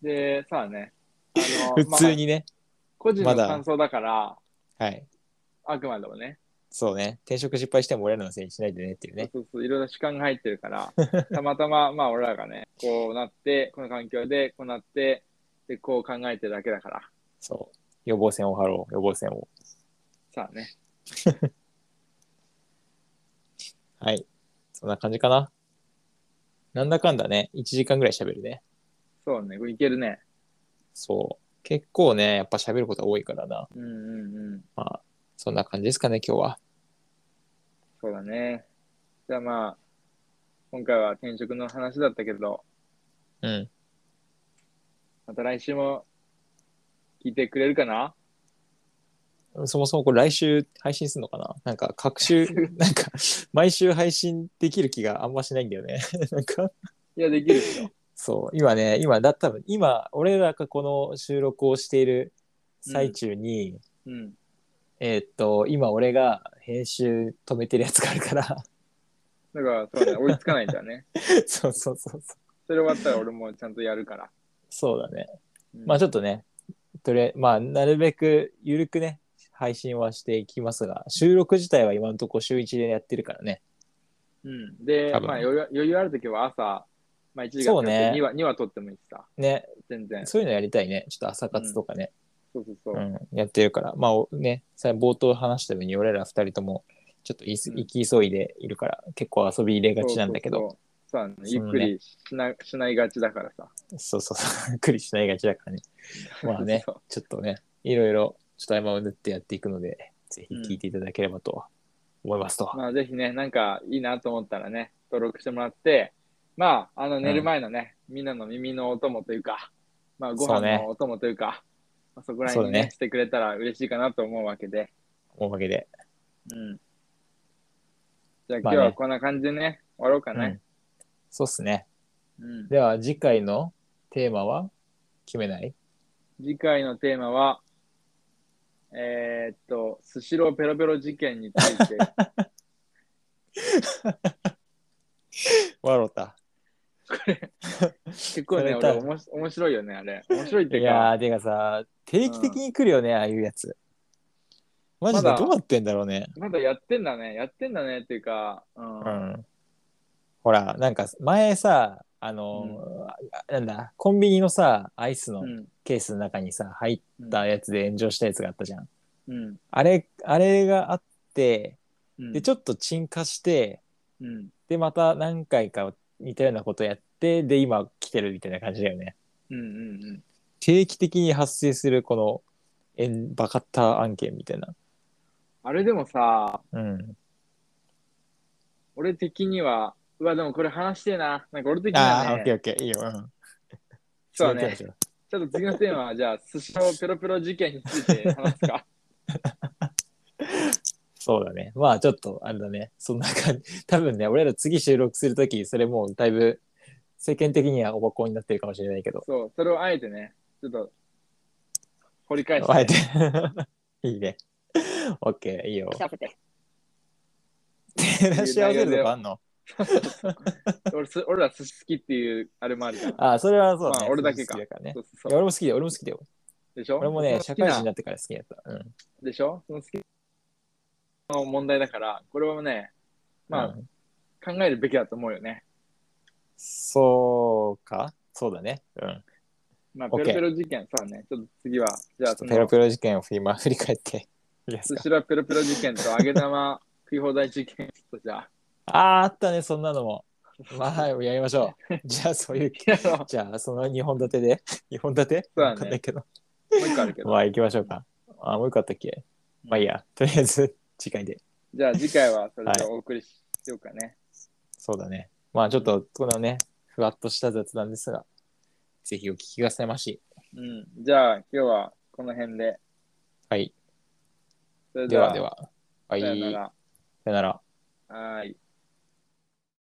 S2: で、さあね、あ の
S1: 普
S2: ー
S1: 通
S2: まあ
S1: にね、
S2: 個人
S1: ま
S2: の
S1: だ
S2: 感想だから、
S1: はい。
S2: あくまでもね、
S1: そうね、転職失敗しても俺らのせいにしないでねっていうね。
S2: そうそう、いろんな主観が入って るから、たまたま、まあ、俺らがね、こうなって、この環境で、こうなって、で、こう考えてるだけだから、
S1: そう。予防線を張ろう、予防線を。
S2: さあね、
S1: はい。そんな感じかな。なんだかんだね、1時間ぐらい喋るね。
S2: そうね、これいけるね。
S1: そう。結構ね、やっぱ喋ることが多いからな。
S2: うんうんうん。
S1: まあ、そんな感じですかね、今日は。
S2: そうだね。じゃあまあ、今回は転職の話だったけど、
S1: うん。
S2: また来週も聞いてくれるかな
S1: そもそもこれ来週配信するのかななんか、各週、なんか、毎週配信できる気があんましないんだよね。 なんか、
S2: いや、できるでし ょ。
S1: そう、今ね、今、だ多分今、俺らがこの収録をしている最中に、
S2: うん。
S1: えーっと、今俺が編集止めてるやつがあるから、
S2: だから、そうだね、追いつかないんだね。
S1: そうそうそうそう。
S2: それ終わったら俺もちゃんとやるから。
S1: そうだね。
S2: うん
S1: まあちょっとね、とりあえまあなるべくゆるくね、配信はしていきますが、収録自体は今のところ週1でやってるからね。
S2: うん。で、
S1: 多分
S2: まあ余裕余裕あるときは朝、まあ1時
S1: そ
S2: 間
S1: うね
S2: 2話、2話撮ってもいいしさ。
S1: ね、
S2: 全然。
S1: そういうのやりたいね。ちょっと朝活とかね、
S2: そうそうそうう。
S1: んやってるから。まあおね、さ冒頭話したように俺ら2人ともちょっといす
S2: うん
S1: 行き急いでいるから、結構遊び入れが
S2: そう
S1: ちなんだけど、
S2: そうそう。そうだね。
S1: そ
S2: ゆっ
S1: の
S2: く
S1: ね
S2: りしな,、しないがちだからさ。
S1: そうそうそう、 ゆっくりしないがちだからね。まあね
S2: そう、
S1: ちょっとね、いろいろちょっと合間を縫ってやっていくので、ぜひ聞いていただければと思いますと。
S2: まあ、ぜひね、なんかいいなと思ったらね、登録してもらって、まあ、あの寝る前のね、みんなの耳のお供というか、まあ、ご
S1: そうね
S2: 飯のお供というか、そ,、まあ、そこら辺
S1: そう
S2: に、ね
S1: だね
S2: してくれたら嬉しいかなと思うわけで、
S1: おかげで。
S2: うん。じゃあ、
S1: まあね
S2: 今日はこんな感じでね、終わろうか
S1: う
S2: ね
S1: ん。そうっすね。
S2: うん
S1: では次回のテーマは決めない
S2: 次回のテーマは、えーっと、スシローペロペロ事件につ いて、
S1: わろた。
S2: 結構
S1: そ
S2: ね、
S1: れ多分
S2: 俺おもし、面白いよね、あれ。面白いって
S1: い
S2: いうか、
S1: やー、てかさ、定期的に来るよね、ああいうやつ。マジで
S2: まだ
S1: どうなってんだろうね。
S2: まだやってんだね、やってんだねっていうか、うん
S1: うん。ほら、なんか前さ、あのーなんだ、コンビニのさ、アイスの
S2: うん
S1: ケースの中にさ、入
S2: うん
S1: ったやつで炎上したやつがあったじゃん。
S2: うん
S1: あれ、あれがあって、
S2: うん
S1: で、ちょっと沈下して、
S2: うん
S1: で、また何回か似たようなことやって、で、今来てるみたいな感じだよね。
S2: うんうんうん
S1: 定期的に発生するこの円バカッター案件みたいな。
S2: あれでもさ、
S1: うん。
S2: 俺的には、うわ、でもこれ話してえな。なんか俺的に
S1: ああ、
S2: は
S1: オッケー
S2: ね、
S1: オッケー、いいよ。うん。
S2: そ
S1: 続
S2: う
S1: けま
S2: ね
S1: し。ょう。
S2: ちょっと次のテーマ は、じゃあ、スシローペロペロ事件について話すか。
S1: そうだね。まあちょっと、あれだね。そんな感じ。 多分ね、俺ら次収録するとき、それもうだいぶ世間的にはおばこになってるかもしれないけど。
S2: そう、それをあえてね、ちょっと、掘り返して、
S1: あえて。 いいね。オッケー、いいよ。
S3: 調べ て。
S1: 照らし合わせるとかあんの
S2: 俺す俺ら寿司好きっていうあれもあるから。
S1: ああ、それはそうだね。
S2: まあ俺だけか
S1: 好きからね。
S2: そう
S1: い
S2: そ
S1: や
S2: うそう
S1: 俺も好きだよ、俺も好きだよ。
S2: でしょ
S1: 俺もね、
S2: そ
S1: 社
S2: の好きな
S1: 会人になってから好きだった。うん。
S2: でしょその好きの問題だから、これはね、まあ、
S1: うん
S2: 考えるべきだと思うよね。
S1: そうかそうだね。うん。
S2: まあ、
S1: OK
S2: ペロペロ事件さあね、ちょっと次は、じゃあその、
S1: ペロペロ事件を今振り返って。いいです
S2: 寿
S1: か
S2: 司らペロペロ事件と揚げ玉食い放題事件、ちょっとじゃあ。
S1: あーあったね、そんなのも。まあ、はいやりましょう。じゃあ、そういう、
S2: いやあのも
S1: じゃあ、その2本立てで、2本立て
S2: そうだね
S1: わかんないけど。
S2: う一個あるけど。
S1: まあ、行きましょうか。あ、もうよかったっけまあいいや、 とりあえず、次回で。
S2: じゃあ次回はそれでお送りしようかね。
S1: そうだね。まあ、ちょっと、このね、ふわっとした雑談ですが、ぜひお聞きくださいまし。
S2: うん。じゃあ今日はこの辺で。
S1: はい。
S2: それ
S1: ではでは。は
S2: さよ
S1: い。
S2: な
S1: さよ
S2: ら。
S1: なら。